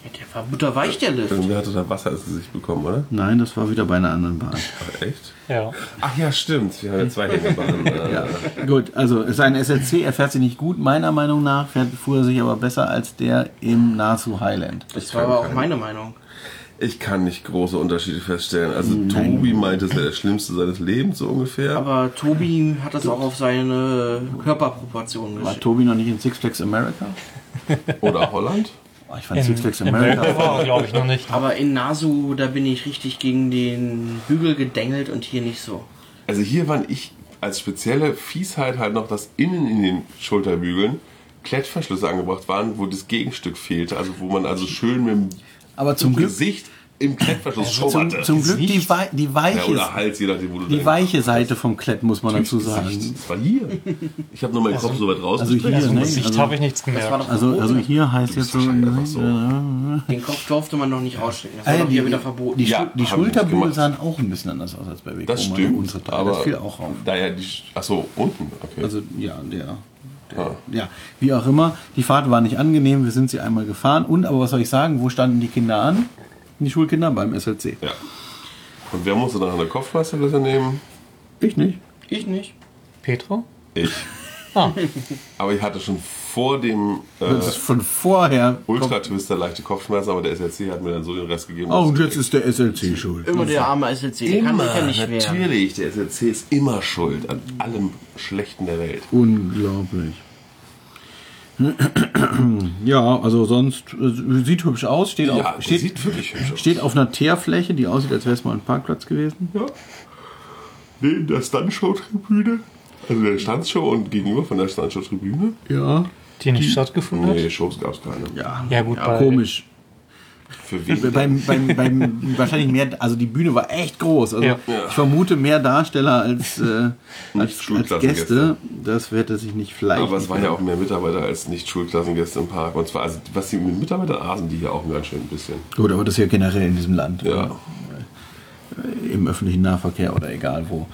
Ja, der war butterweich, der Lift.
Irgendwer hatte da Wasser ins Gesicht bekommen, oder?
Nein, das war wieder bei einer anderen Bahn.
Ach, echt?
Ja.
Ach ja, stimmt. Wir haben ja zwei äh, Hängebahnen.
Ja. Gut, also sein SLC, er fährt sich nicht gut, meiner Meinung nach, fährt, fuhr er sich aber besser als der im Nasu Highland.
Das war aber auch meine Meinung.
Ich kann nicht große Unterschiede feststellen. Also Tobi meinte, es wäre der schlimmste seines Lebens, so ungefähr.
Aber Tobi hat das auch auf seine Körperproportionen
War
geschickt.
Tobi noch nicht in Six Flags America?
Oder Holland.
Oh, ich fand Six Flags
America
America.
war, glaube ich, noch nicht.
Aber in Nasu, da bin ich richtig gegen den Hügel gedengelt und hier nicht so.
Also hier waren ich als spezielle Fiesheit halt noch, dass innen in den Schulterbügeln Klettverschlüsse angebracht waren, wo das Gegenstück fehlte. Also wo man also schön mit dem
Aber zum Glück, Also
Gesicht im Klettverschluss
zum,
schlummerte.
zum Glück die, wei die,
ja, oder
weiche,
Hals, je nachdem, wo du
die
dein
weiche Seite vom Klett, muss man dazu
Gesicht-
sagen.
Das war hier. Ich habe nur meinen Kopf so weit raus.
Also hier,
Also,
ne?
im Gesicht
Also-
habe ich nichts
Das war
gemerkt.
doch
Also, also
verboten.
hier heißt jetzt so,
einfach so.
den Kopf durfte man noch nicht rausstecken. Das war
Äh,
doch
die,
hier wieder verboten.
die,
Ja,
Schul- die
hab ich
Schulterbügel
gemacht.
sahen auch ein bisschen anders aus als bei Vekoma.
das
der
stimmt.
untere Oh Teil.
aber
das fiel auch auf.
Naja, die, ach so, unten. Okay.
Also ja, der, der
Ah.
ja, wie auch immer. Die Fahrt war nicht angenehm, wir sind sie einmal gefahren. Und aber was soll ich sagen, wo standen die Kinder an? Die Schulkinder beim SLC.
ja. Und wer musste nachher eine Kopfmeisterplatte nehmen?
Ich nicht.
Ich nicht.
Petro?
Ich.
Ah.
Aber ich hatte schon vor dem äh,
Das ist von vorher.
Ultra-Twister leichte Kopfschmerzen, aber der SLC hat mir dann so den Rest gegeben.
Oh, und
dass-
jetzt ist der SLC schuld.
Immer der arme SLC. Der kann sich ja
Immer,
nicht wehren.
natürlich. Der SLC ist immer schuld an allem Schlechten der Welt.
Unglaublich. Ja, also sonst äh, sieht hübsch aus, steht
Ja,
auf,
der
steht,
sieht wirklich hübsch aus.
steht auf einer Teerfläche, die aussieht, als wäre es mal ein Parkplatz gewesen.
Ja. Neben der Standshow-Tribüne, also der Standshow und gegenüber von der Standshow-Tribüne.
Ja.
Die nicht stattgefunden hat?
Nee, Shows gab es keine.
Ja,
Ja, gut, bei-
komisch.
Für wen?
beim, beim, beim wahrscheinlich mehr, also die Bühne war echt groß. Also
Ja.
ich vermute mehr Darsteller als, äh, als, als
Schulklassengäste.
Gäste. Das wird er sich nicht vielleicht.
Aber es
nicht
waren ja auch mehr Mitarbeiter als nicht-Schulklassengäste im Park. Und zwar, also, was die mit Mitarbeitern aßen, die hier auch ganz schön ein bisschen.
Gut, aber das ist ja generell in diesem Land.
Ja.
äh, Im öffentlichen Nahverkehr oder egal wo.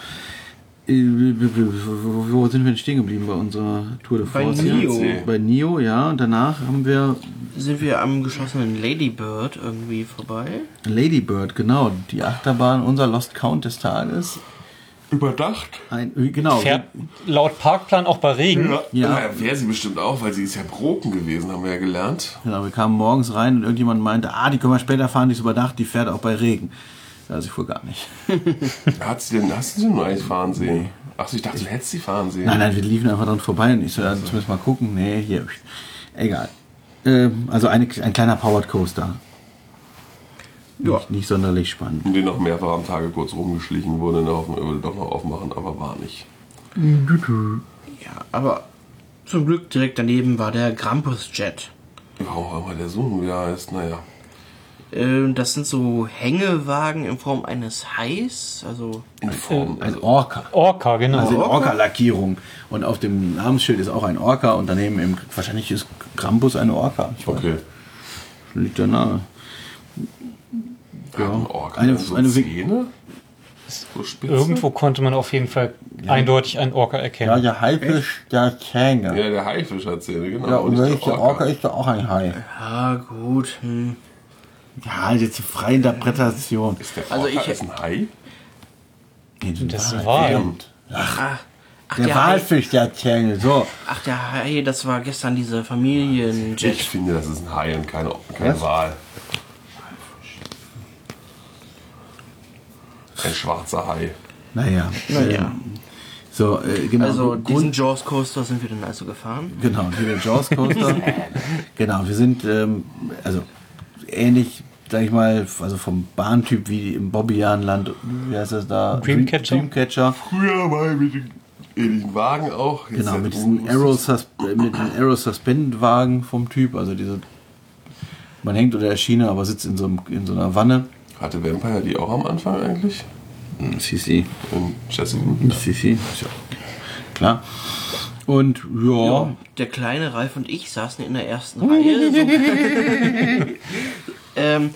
Äh, Wo sind wir denn stehen geblieben bei unserer Tour de
Bei
France? hier?
Nio
CNC.
Bei Nio, ja. Und danach haben wir
sind wir am geschossenen Ladybird irgendwie vorbei.
Ladybird, genau. Die Achterbahn, unser Lost Count des Tages.
Überdacht?
Ein, äh, genau.
Fährt laut Parkplan auch bei Regen.
Ja. Wäre sie bestimmt auch, weil sie ist ja broken gewesen, haben wir ja gelernt.
Genau, wir kamen morgens rein und irgendjemand meinte, ah, die können wir später fahren, die ist überdacht, die fährt auch bei Regen. Also ich fuhr gar nicht.
Hat sie denn, hast du sie nur eigentlich fahren sehen? Achso, ich dachte, du hättest sie fahren sehen.
Nein, nein, wir liefen einfach dran vorbei und ich so, ja, jetzt müssen wir mal gucken. Nee, hier. Egal. Ähm, also eine, ein kleiner Powered Coaster.
Ja.
Nicht, nicht sonderlich spannend.
Um den noch mehrfach am Tage kurz rumgeschlichen wurde, in der Hoffnung, er würde äh, doch noch aufmachen, aber war nicht.
Ja, aber zum Glück direkt daneben war der Grampus Jet.
Warum auch immer der Zoom wieder heißt, naja.
Ähm, das sind so Hängewagen in Form eines Hais, also
In Form.
Ein Orca.
Orca, genau.
Also in Orca-Lackierung. Und auf dem Namensschild ist auch ein Orca und daneben eben, wahrscheinlich ist Krampus eine Orca. Ich weiß,
Okay.
Liegt da nahe.
Ja. Ein Ork,
Eine-
eine, oh, so
eine-
Zähne? So spitze?
Irgendwo konnte man auf jeden Fall eindeutig einen Orca erkennen.
Ja, der Hai ist der Zähne.
Ja, der Haifisch hat Zähne, genau.
Ja, und
nicht
welche
der
Orca.
Orca.
ist da auch ein Hai.
ja gut. Hm.
Ja, jetzt die freie Interpretation.
Ist der Orca
Also
also
ich-
ich, ist ein Hai?
Das war ja.
Ach, Ah, ach
Der
der, Hai,
Walfisch, der Zähne. So,
ach der Hai, das war gestern diese Familienjet.
Ich finde, das ist ein Hai und keine, kein
Was?
Wal. Ein schwarzer Hai.
naja.
Naja.
So, äh, genau.
Also
Grund-
diesen Jaws Coaster sind wir dann also gefahren.
Genau, wie der Jaws Coaster. genau, wir sind ähm, also ähnlich, sag ich mal, also vom Bahntyp wie im Bobbianland, wie heißt das da?
Dreamcatcher?
Dreamcatcher.
Früher mal mit dem ähnlichen Wagen auch. Jetzt
Genau,
hat
mit
Bruno-
diesen Arrow, Sus äh, mit den Arrow Suspended Wagen vom Typ, also diese man hängt unter der Schiene, aber sitzt in so, einem, in so einer Wanne.
Hatte Vampire die auch am Anfang eigentlich?
Hm,
Sisi.
In Jessington?
Sisi. Klar. Und ja,
Der kleine Ralf und ich saßen in der ersten Reihe. So. ähm,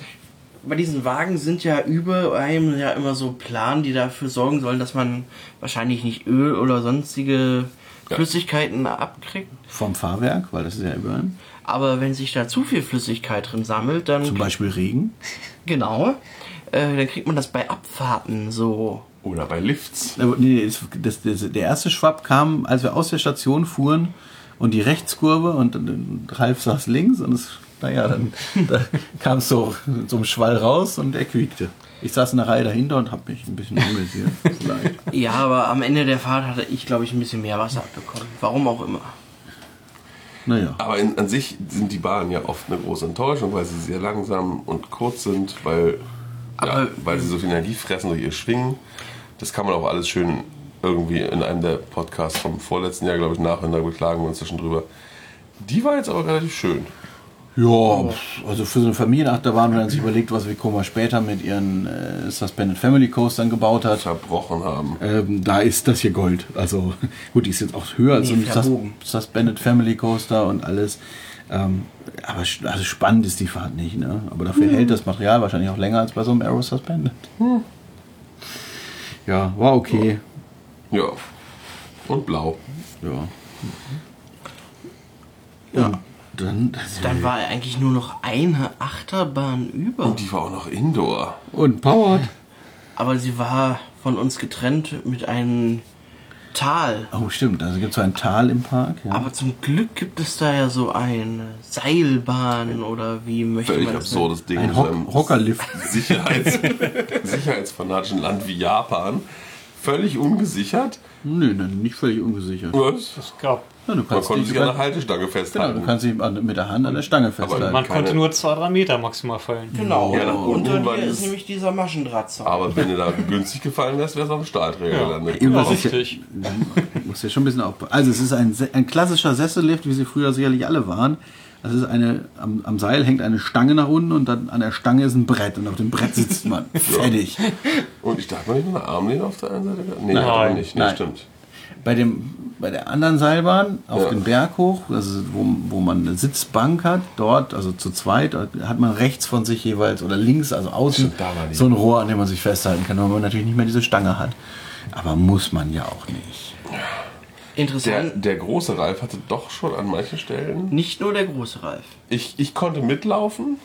bei diesen Wagen sind ja über einem ja immer so Planen, die dafür sorgen sollen, dass man wahrscheinlich nicht Öl oder sonstige
Ja.
Flüssigkeiten abkriegt.
vom Fahrwerk, weil das ist ja überall.
Aber wenn sich da zu viel Flüssigkeit drin sammelt, dann
Zum Beispiel Regen.
genau, äh, dann kriegt man das bei Abfahrten so.
Oder bei Lifts?
Aber Äh, nee, es- das, das, der erste Schwapp kam, als wir aus der Station fuhren und die Rechtskurve und, dann- Ralf saß links und es, naja, dann da kam es so zum Schwall raus und er quiekte. Ich saß in der Reihe dahinter und habe mich ein bisschen amüsiert. Tut leid.
Ja, aber am Ende der Fahrt hatte ich, glaube ich, ein bisschen mehr Wasser abbekommen. Warum auch immer.
Naja.
Aber in, an sich sind die Bahnen ja oft eine große Enttäuschung, weil sie sehr langsam und kurz sind, weil, ja,
Aber-
weil sie so viel Energie fressen durch ihr Schwingen. Das kann man auch alles schön irgendwie in einem der Podcasts vom vorletzten Jahr, glaube ich, nachhören. Da beklagen wir uns zwischen drüber. Die war jetzt aber relativ schön.
Ja, pf, also für so eine Familienachterbahn, wenn man sich überlegt, was Vekoma später mit ihren äh, Suspended Family Coastern gebaut hat,
Verbrochen haben.
ähm, da ist das hier Gold. Also gut, die ist jetzt auch höher als so
Nee,
ein Sus
verbogen.
Suspended Family Coaster und alles. Ähm, aber sch- also spannend ist die Fahrt nicht, ne? Aber dafür hält das Material wahrscheinlich auch länger als bei so einem Aero Suspended. Ja, war okay.
Ja. Und blau.
Ja. Ja. Dann,
Dann war eigentlich nur noch eine Achterbahn über.
Und die war auch noch Indoor.
und powered.
Aber sie war von uns getrennt mit einem
Hm?
Tal.
Oh, stimmt. Also gibt es so ein Tal im Park. Ja.
Aber zum Glück gibt es da ja so eine Seilbahn oder wie möchte
Völlig
man das nennen?
absurdes Ding.
Ein
mit einem
Hock Hockerlift.
Sicherheits sicherheitsfanatischen Land wie Japan. Völlig ungesichert.
Nö, nein, nicht völlig ungesichert.
Was?
Es gab.
Ja, du
Man
kannst
konnte
dich,
sich
du
an der
kannst,
Haltestange
genau,
festhalten.
du kannst dich an- mit der Hand an der Stange festhalten.
Man
Keine-
konnte nur zwei, drei Meter maximal fallen.
Genau.
Ja, nach unten
Unter
war
dir
dieses-
ist nämlich dieser Maschendrahtzaun.
Aber wenn du da günstig gefallen wärst, wärst du auf dem Stahlträger gelandet.
Eben, was
Ja,
ich-
richtig.
Muss ja schon ein bisschen aufpassen. Also es ist ein, se- ein klassischer Sessellift, wie sie früher sicherlich alle waren. Das ist eine, am, am Seil hängt eine Stange nach unten und dann an der Stange ist ein Brett und auf dem Brett sitzt man. Fertig.
Und ich dachte, man nicht nur eine Armlehne auf der einen Seite? gehabt? Nee,
Nein.
hat man nicht. Nee,
Nein.
stimmt.
Bei, dem, bei der anderen Seilbahn auf
Ja.
den Berg hoch, also wo, wo man eine Sitzbank hat, dort, also zu zweit, da hat man rechts von sich jeweils oder links, also außen,
Stimmt, da war die.
so ein Rohr, an dem man sich festhalten kann, weil man natürlich nicht mehr diese Stange hat. Aber muss man ja auch nicht.
Der,
Interessant.
der große Ralf hatte doch schon an manchen Stellen.
nicht nur der große Ralf.
Ich, ich konnte mitlaufen.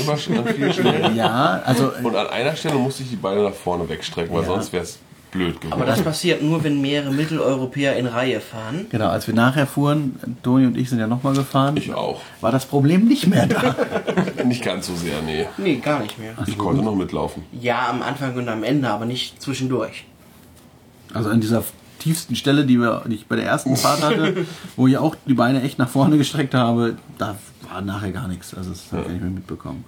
Immer schon an vielen Stellen.
Ja, also
Und an einer Stelle musste ich die Beine nach vorne wegstrecken, weil sonst wäre es blöd geworden.
Aber das passiert nur, wenn mehrere Mitteleuropäer in Reihe fahren.
Genau, als wir nachher fuhren, Toni und ich sind ja nochmal gefahren.
ich auch.
War das Problem nicht mehr da?
Nicht ganz so sehr, nee.
Nee, gar nicht mehr.
Ich konnte noch mitlaufen.
Ja, am Anfang und am Ende, aber nicht zwischendurch.
Also an dieser tiefsten Stelle, die, wir, die ich bei der ersten Fahrt hatte, wo ich auch die Beine echt nach vorne gestreckt habe, da war nachher gar nichts. Also das habe ich gar nicht mehr mitbekommen.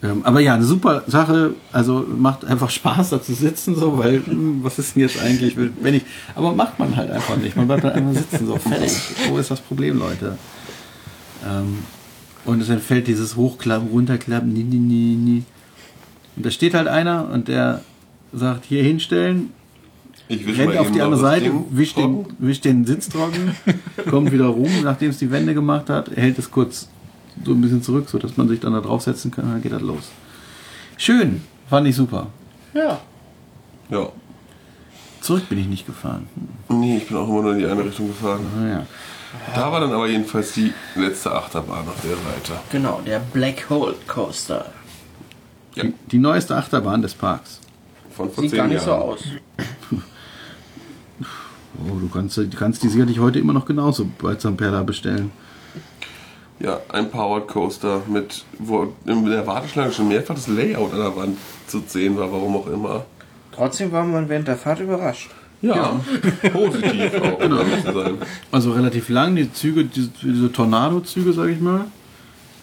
Ähm, aber ja, eine super Sache. Also macht einfach Spaß, da zu sitzen, so, weil hm, was ist denn jetzt eigentlich, wenn ich. Aber macht man halt einfach nicht. Man bleibt halt einfach sitzen, so fertig. Wo ist das Problem, Leute? Ähm, und es entfällt dieses Hochklappen, Runterklappen, nie, nie, nie, nie. Und da steht halt einer und der sagt, hier hinstellen,
Ich wisch
rennt
mal
auf
eben
die
noch
andere
das
Seite,
Ding
wischt den,
trocken.
wischt den Sitz trocken, kommt wieder rum, nachdem es die Wende gemacht hat, hält es kurz so ein bisschen zurück, sodass man sich dann da draufsetzen kann, dann geht das los. Schön, fand ich super.
Ja.
Ja.
Zurück bin ich nicht gefahren.
Nee, ich bin auch immer nur in die eine Richtung gefahren.
Naja.
Da war dann aber jedenfalls die letzte Achterbahn auf der Seite.
Genau, der Black Hole Coaster.
Ja,
Die, die neueste Achterbahn des Parks.
von vor
Sieht
zehn
gar nicht
Jahren.
so aus.
Oh, du kannst, du kannst die sicherlich heute immer noch genauso bei Zamperla bestellen.
Ja, ein Powered Coaster mit, wo in der Warteschlange schon mehrfach das Layout an der Wand zu sehen war, warum auch immer.
Trotzdem war man während der Fahrt überrascht.
Ja, positiv auch. um ehrlich zu sein.
Also relativ lang, die Züge, diese, diese Tornado-Züge, sag ich mal,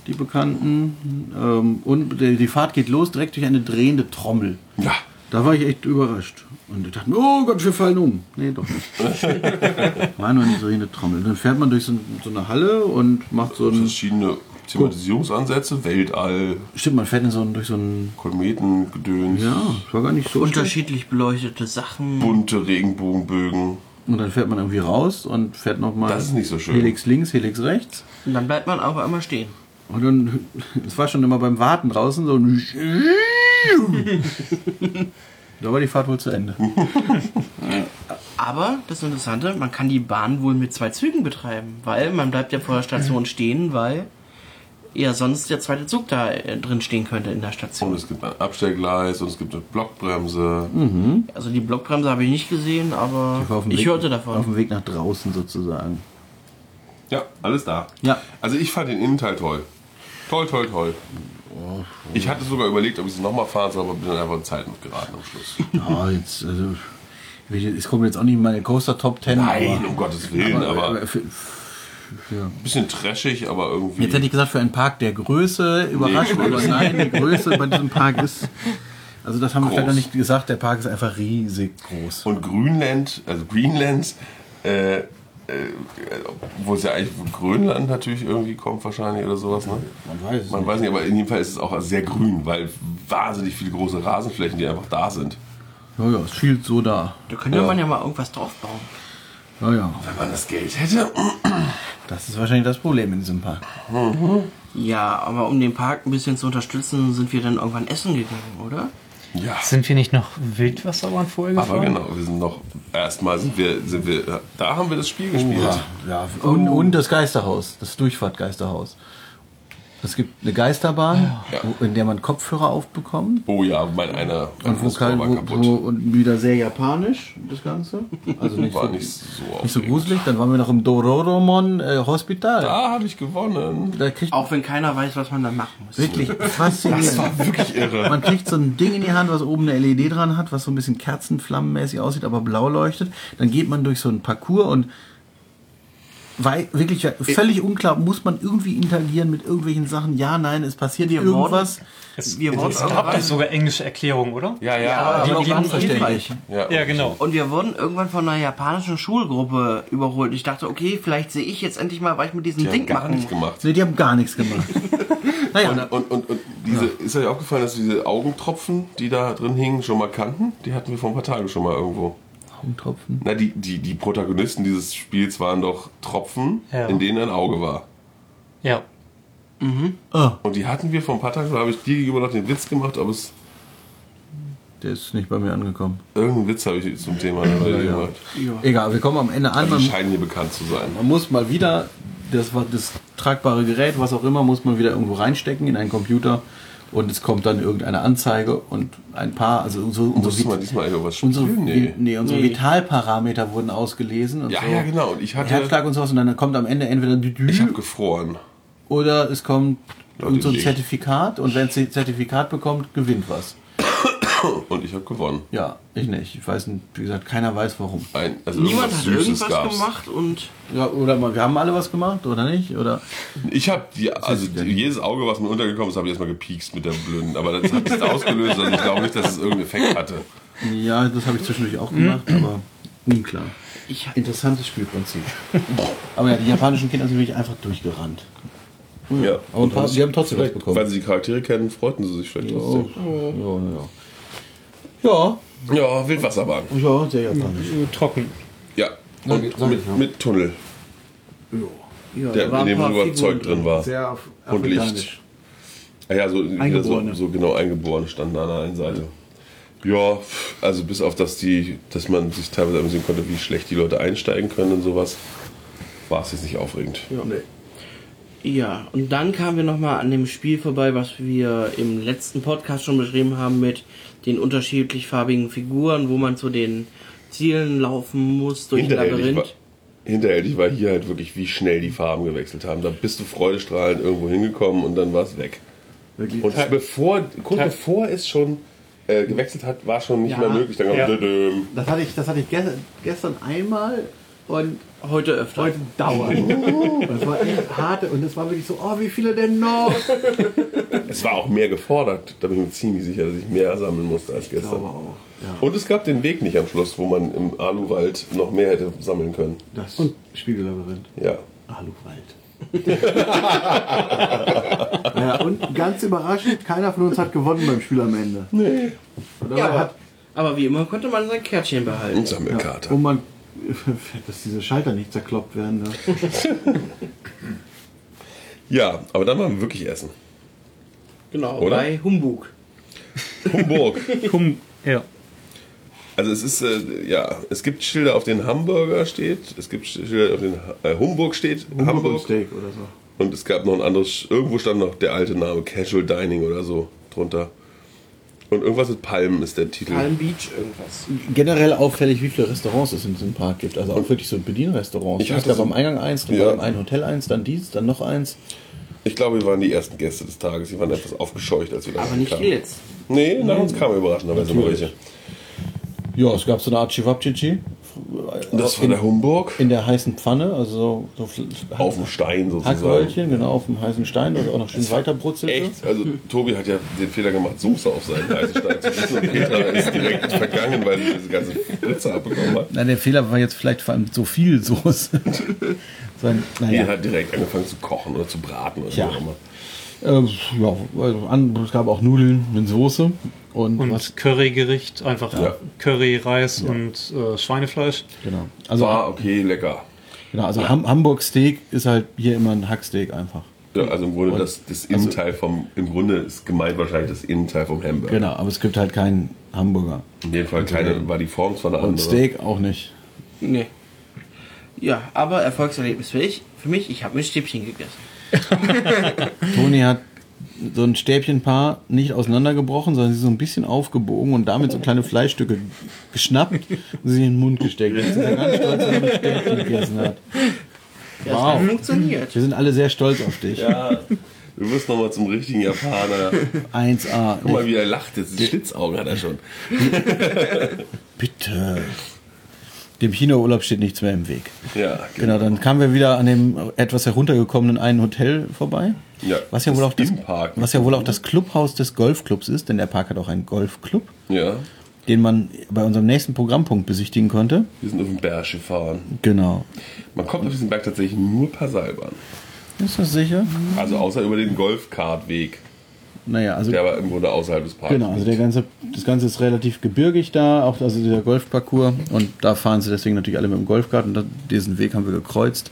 die bekannten. Ähm, und die, die Fahrt geht los direkt durch eine drehende Trommel.
Ja,
Da war ich echt überrascht. Und ich dachte mir, oh Gott, wir fallen um. Nee, doch nicht. War nur eine drehende Trommel. Und dann fährt man durch so, so eine Halle und macht so ein.
verschiedene Thematisierungsansätze, Weltall,
Stimmt, man fährt in so ein, durch so ein.
Kometen, Gedöns,
Ja, das war gar nicht so. schlecht.
Unterschiedlich beleuchtete Sachen.
bunte Regenbogenbögen.
Und dann fährt man irgendwie raus und fährt nochmal.
Das ist nicht so schön.
Helix links, Helix rechts.
Und dann bleibt man aber immer stehen.
Und dann, es war schon immer beim Warten draußen so ein. da war die Fahrt wohl zu Ende.
Uh.
Aber das Interessante, man kann die Bahn wohl mit zwei Zügen betreiben, weil man bleibt ja vor der Station stehen, weil ja sonst der zweite Zug da äh, drin stehen könnte in der
Und
Station.
es gibt ein Abstellgleis und es gibt eine Blockbremse.
Also die Blockbremse habe ich nicht gesehen, aber
War auf dem
ich
Weg-
hörte
Auf
davon.
dem Weg nach draußen sozusagen.
Ja, alles da.
Ja.
Also ich fand den Innenteil toll. Toll, toll, toll. Ich hatte sogar überlegt, ob ich es nochmal fahren soll, aber bin dann einfach in Zeit geraten am Schluss.
Ja, jetzt, also, ich- es kommt jetzt auch nicht in meine Coaster Top 10.
Nein, um Gottes Willen,
aber,
aber,
aber, aber für,
ein bisschen trashig, aber irgendwie.
jetzt hätte ich gesagt, für einen Park der Größe, überrascht,
Nee,
aber
Größe.
nein, die Größe bei diesem Park ist, also das haben wir vielleicht noch
Groß.
nicht gesagt, der Park ist einfach riesig groß.
Und Grünland, also Greenland, äh, äh, wo es ja eigentlich von Grönland natürlich irgendwie kommt wahrscheinlich oder sowas, ne?
Man weiß es
Man weiß nicht, aber in jedem Fall ist es auch sehr grün, weil wahnsinnig viele große Rasenflächen, die einfach da sind.
Ja, ja, es schielt so da.
Da könnte
Ja.
man ja mal irgendwas draufbauen.
Ja, ja,
Wenn man das Geld hätte,
das ist wahrscheinlich das Problem in diesem Park.
Ja, aber um den Park ein bisschen zu unterstützen, sind wir dann irgendwann essen gegangen, oder?
ja.
Sind wir nicht noch Wildwasserbahn vorher gefahren?
Aber genau, wir sind noch, erstmal sind wir, sind wir, da haben wir das Spiel gespielt.
Ja, ja. Und, und das Geisterhaus, das Durchfahrtgeisterhaus. Es gibt eine Geisterbahn,
Ja.
wo- in der man Kopfhörer aufbekommt.
Oh ja, mein einer
Und, wo
Kopf
kein,
war
wo,
kaputt.
wo, und wieder sehr japanisch, das Ganze. Also nicht,
war
so,
nicht so
nicht so
aufregend.
gruselig. Dann waren wir noch im Dororomon äh, Hospital.
Da habe ich gewonnen.
Da kriegt man
Auch wenn keiner weiß, was man da machen muss.
wirklich faszinierend.
Wirklich irre.
Man kriegt so ein Ding in die Hand, was oben eine LED dran hat, was so ein bisschen kerzenflammenmäßig aussieht, aber blau leuchtet. Dann geht man durch so einen Parcours und wei- wirklich ja,
Äh.
völlig unklar, muss man irgendwie interagieren mit irgendwelchen Sachen? Ja, nein, es passiert
Wir
irgendwas.
Es,
Wir wurden
Also, es gab
aber-
doch sogar englische Erklärungen, oder?
Ja, ja.
aber
die waren
nicht
verständlich.
hilfreich.
Ja,
Ja, genau.
Und wir wurden irgendwann von einer japanischen Schulgruppe überholt. Ich dachte, okay, vielleicht sehe ich jetzt endlich mal, was ich mit diesem
Ja,
Ding
gar
machen muss.
nicht gemacht.
Nee, die haben gar nichts gemacht. naja,
Und, und, und, und diese, ist euch aufgefallen, dass diese Augentropfen, die da drin hingen, schon mal kannten? Die hatten wir vor ein paar Tagen schon mal irgendwo.
Augentropfen.
Na, die, die, die Protagonisten dieses Spiels waren doch Tropfen,
Ja.
in denen ein Auge war.
Ja.
Ah.
Und die hatten wir vor ein paar Tagen, da habe ich dir gegenüber noch den Witz gemacht, ob es
Der ist nicht bei mir angekommen.
Irgendeinen Witz habe ich zum Thema der Leute
Ja.
gemacht.
Egal, wir kommen am Ende an.
Die
Man,
scheinen hier bekannt zu sein.
man muss mal wieder das, war- das tragbare Gerät, was auch immer, muss man wieder irgendwo reinstecken in einen Computer und es kommt dann irgendeine Anzeige und ein paar, also so, unsere,
Mussten wir
Vit-
diesmal irgendwas spielen?
unsere,
nee.
nee. Nee, unsere
Nee.
Vitalparameter wurden ausgelesen und
Ja,
so.
ja, genau. Und ich hatte.
Herzschlag und sowas und dann kommt am Ende entweder
Ich
Düdü
habe gefroren.
oder es kommt irgend so ein
Leute,
Zertifikat und wenn es ein Zertifikat bekommt, gewinnt was.
Und ich habe gewonnen.
Ja, ich nicht. Ich weiß, nicht, wie gesagt, keiner weiß warum.
Ein, also
Niemand
irgendwas
hat
Süßes
irgendwas
gab's.
gemacht und
Ja, oder mal, wir haben alle was gemacht, oder nicht? Oder
Ich habe die, also
ist ja-
jedes Auge, was mir untergekommen ist, habe ich erstmal gepiekst mit der blöden. Aber das hat nichts ausgelöst. Also ich glaube nicht, dass es irgendeinen Effekt hatte.
ja, das habe ich zwischendurch auch gemacht, aber nie klar.
ich
Interessantes Spielprinzip. aber ja, die japanischen Kinder sind wirklich einfach durchgerannt.
Ja.
Aber ein paar, die haben trotzdem was
Vielleicht,
bekommen.
weil sie die Charaktere kennen, freuten sie sich vielleicht trotzdem.
Ja, ja,
Ja, Wildwasserbahn.
ja. Ja, sehr japanisch.
Trocken.
Ja.
Sag
Und
ich- sag ich,
mit,
ja. Also
mit Tunnel,
Ja,
der,
da waren
in dem
ein paar
sogar
Figuren
Zeug drin war.
sehr af
Und Licht.
afrikanisch.
Ah Ja, so, wieder so,
Eingeborene.
so genau eingeboren standen an der einen Seite. Ja, pff, also bis auf das, die, dass man sich teilweise ansehen konnte, wie schlecht die Leute einsteigen können und sowas, war es jetzt nicht aufregend.
Ja. Nee.
Ja, und dann kamen wir nochmal an dem Spiel vorbei, was wir im letzten Podcast schon beschrieben haben mit den unterschiedlich farbigen Figuren, wo man zu den Zielen laufen muss durch ein
Hinterhältig war,
Labyrinth.
hinterhältig war hier halt wirklich, wie schnell die Farben gewechselt haben. Da bist du freudestrahlend irgendwo hingekommen und dann war es weg.
Wirklich.
Und bevor, kurz bevor es schon äh, gewechselt hat, war schon nicht
Ja.
mehr möglich. Dann kam
Ja.
dödöm.
Das hatte ich, das hatte ich gestern, gestern einmal und
Heute öfter.
heute dauernd.
Oh.
Und das war echt hart und es war wirklich so, oh, wie viele denn noch?
Es war auch mehr gefordert. Da bin ich mir ziemlich sicher, dass ich mehr sammeln musste als gestern.
auch. Ja,
Und es gab den Weg nicht am Schluss, wo man im Aluwald noch mehr hätte sammeln können.
das Spiegellabyrinth.
Ja.
Aluwald. ja, und ganz überraschend, keiner von uns hat gewonnen beim Spiel am Ende. Nee. Und
Ja,
dabei
aber,
hat,
aber wie immer konnte man sein Kärtchen behalten.
Und Sammelkarte.
ja, und man, dass diese Schalter nicht zerkloppt werden. Ne?
Ja, aber dann waren wir wirklich essen.
Genau,
Oder?
bei Humbug.
Hamburg.
Hum, ja.
Also es ist, äh, ja, es gibt Schilder, auf denen Hamburger steht. Es gibt Schilder, auf denen äh, Humburg steht.
Hamburg
Hamburg.
Steak oder so.
Und es gab noch ein anderes, Sch- irgendwo stand noch der alte Name, Casual Dining oder so drunter. Und irgendwas mit Palmen ist der Titel.
Palm Beach irgendwas.
generell auffällig, wie viele Restaurants es in diesem Park gibt. Also auch wirklich so Bedienrestaurants.
Ich
Ich es
hatte
gab
so-
am Eingang eins, dann
Ja.
war am einen Hotel eins, dann dies, dann noch eins.
Ich glaube, wir waren die ersten Gäste des Tages. Die waren etwas aufgescheucht, als wir da
Aber nicht
kamen.
die letzten.
Nee, nach uns kamen überraschenderweise noch
Natürlich.
welche.
Ja, es gab so eine Art Chivapchichi.
Das war
in,
der Humburg.
in der heißen Pfanne, also so, so
Auf dem Stein sozusagen.
Hackröllchen, genau, auf dem heißen Stein, das auch noch schön weiterbrutzelte.
Echt? Also Tobi hat ja den Fehler gemacht, Soße auf seinen Eisenstein zu essen und Petra ist direkt vergangen, weil sie diese ganzen Spritzer abbekommen hat.
Nein, der Fehler war jetzt vielleicht vor allem so viel Soße. so ein,
Die
naja.
hat direkt angefangen zu kochen oder zu braten oder
Tja.
wie auch immer.
Ähm, ja, also an, es gab auch Nudeln mit Soße und,
Und
was.
Currygericht, einfach
Ja.
Curry, Reis und äh, Schweinefleisch.
Genau. Also,
War Ah, okay, lecker.
genau, also Ham Hamburg Steak ist halt hier immer ein Hacksteak einfach.
Ja, also im Grunde das, das Innenteil vom, im Grunde ist gemeint wahrscheinlich das Innenteil vom Hamburger.
Genau, aber es gibt halt keinen Hamburger.
In dem Fall keine, war die Form zwar eine
Also Und
andere.
Steak auch nicht.
Nee. Ja, aber Erfolgserlebnis für ich. Für mich, ich habe mir Stäbchen gegessen.
Toni hat so ein Stäbchenpaar nicht auseinandergebrochen, sondern sie so ein bisschen aufgebogen und damit so kleine Fleischstücke geschnappt und sie in den Mund gesteckt. Jetzt ist er ganz stolz, dass er ein Stäbchen gegessen hat.
Ja, es
Wow.
hat funktioniert.
Wir sind alle sehr stolz auf dich.
Ja, wir müssen nochmal zum richtigen Japaner.
1A.
Guck mal, wie er lacht jetzt. Die Schlitzaugen hat er schon.
Bitte. Dem China-Urlaub steht nichts mehr im Weg.
Ja,
Genau, dann kamen wir wieder an dem etwas heruntergekommenen einen Hotel vorbei.
Ja,
was ja wohl
das
auch das,
Theme Park.
was ja wohl auch das Clubhaus des Golfclubs ist, denn der Park hat auch einen Golfclub,
Ja,
den man bei unserem nächsten Programmpunkt besichtigen konnte.
wir sind auf den Berg gefahren.
Genau.
Man kommt auf diesen Berg tatsächlich nur per Seilbahn.
Ist das sicher?
Also außer über den Golfkartweg,
Naja, also
der aber im Grunde außerhalb des Parks
genau, also der ganze, das Ganze ist relativ gebirgig da, auch also dieser Golfparcours und da fahren sie deswegen natürlich alle mit dem Golfkart und da- diesen Weg haben wir gekreuzt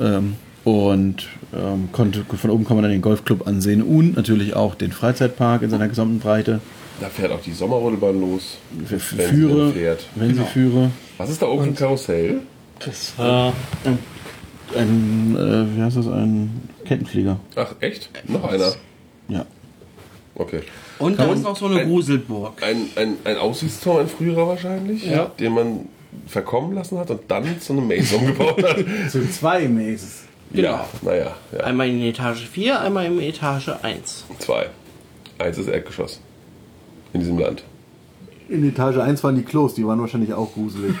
ähm, und ähm, konnte, von oben kann man dann den Golfclub ansehen und natürlich auch den Freizeitpark in seiner gesamten Breite.
Da fährt auch die Sommerrodelbahn los.
Für,
Wenn sie denn
führe,
fährt.
wenn sie führe.
Was ist da oben? Ein Karussell?
Das
Äh,
ein, äh, wie heißt das, ein Kettenflieger.
Ach, echt? Noch einer?
Ja.
Okay.
Und da ist noch so eine Gruselburg.
Ein, ein, ein Aussichtsturm, ein früherer wahrscheinlich,
Ja.
den man verkommen lassen hat und dann zu einem Maze umgebaut hat.
Zu zwei Mazes.
ja, naja. Ja.
Einmal in Etage 4, einmal in Etage 1.
Zwei. Eins ist Erdgeschoss. In diesem Land.
In Etage 1 waren die Klos, die waren wahrscheinlich auch gruselig.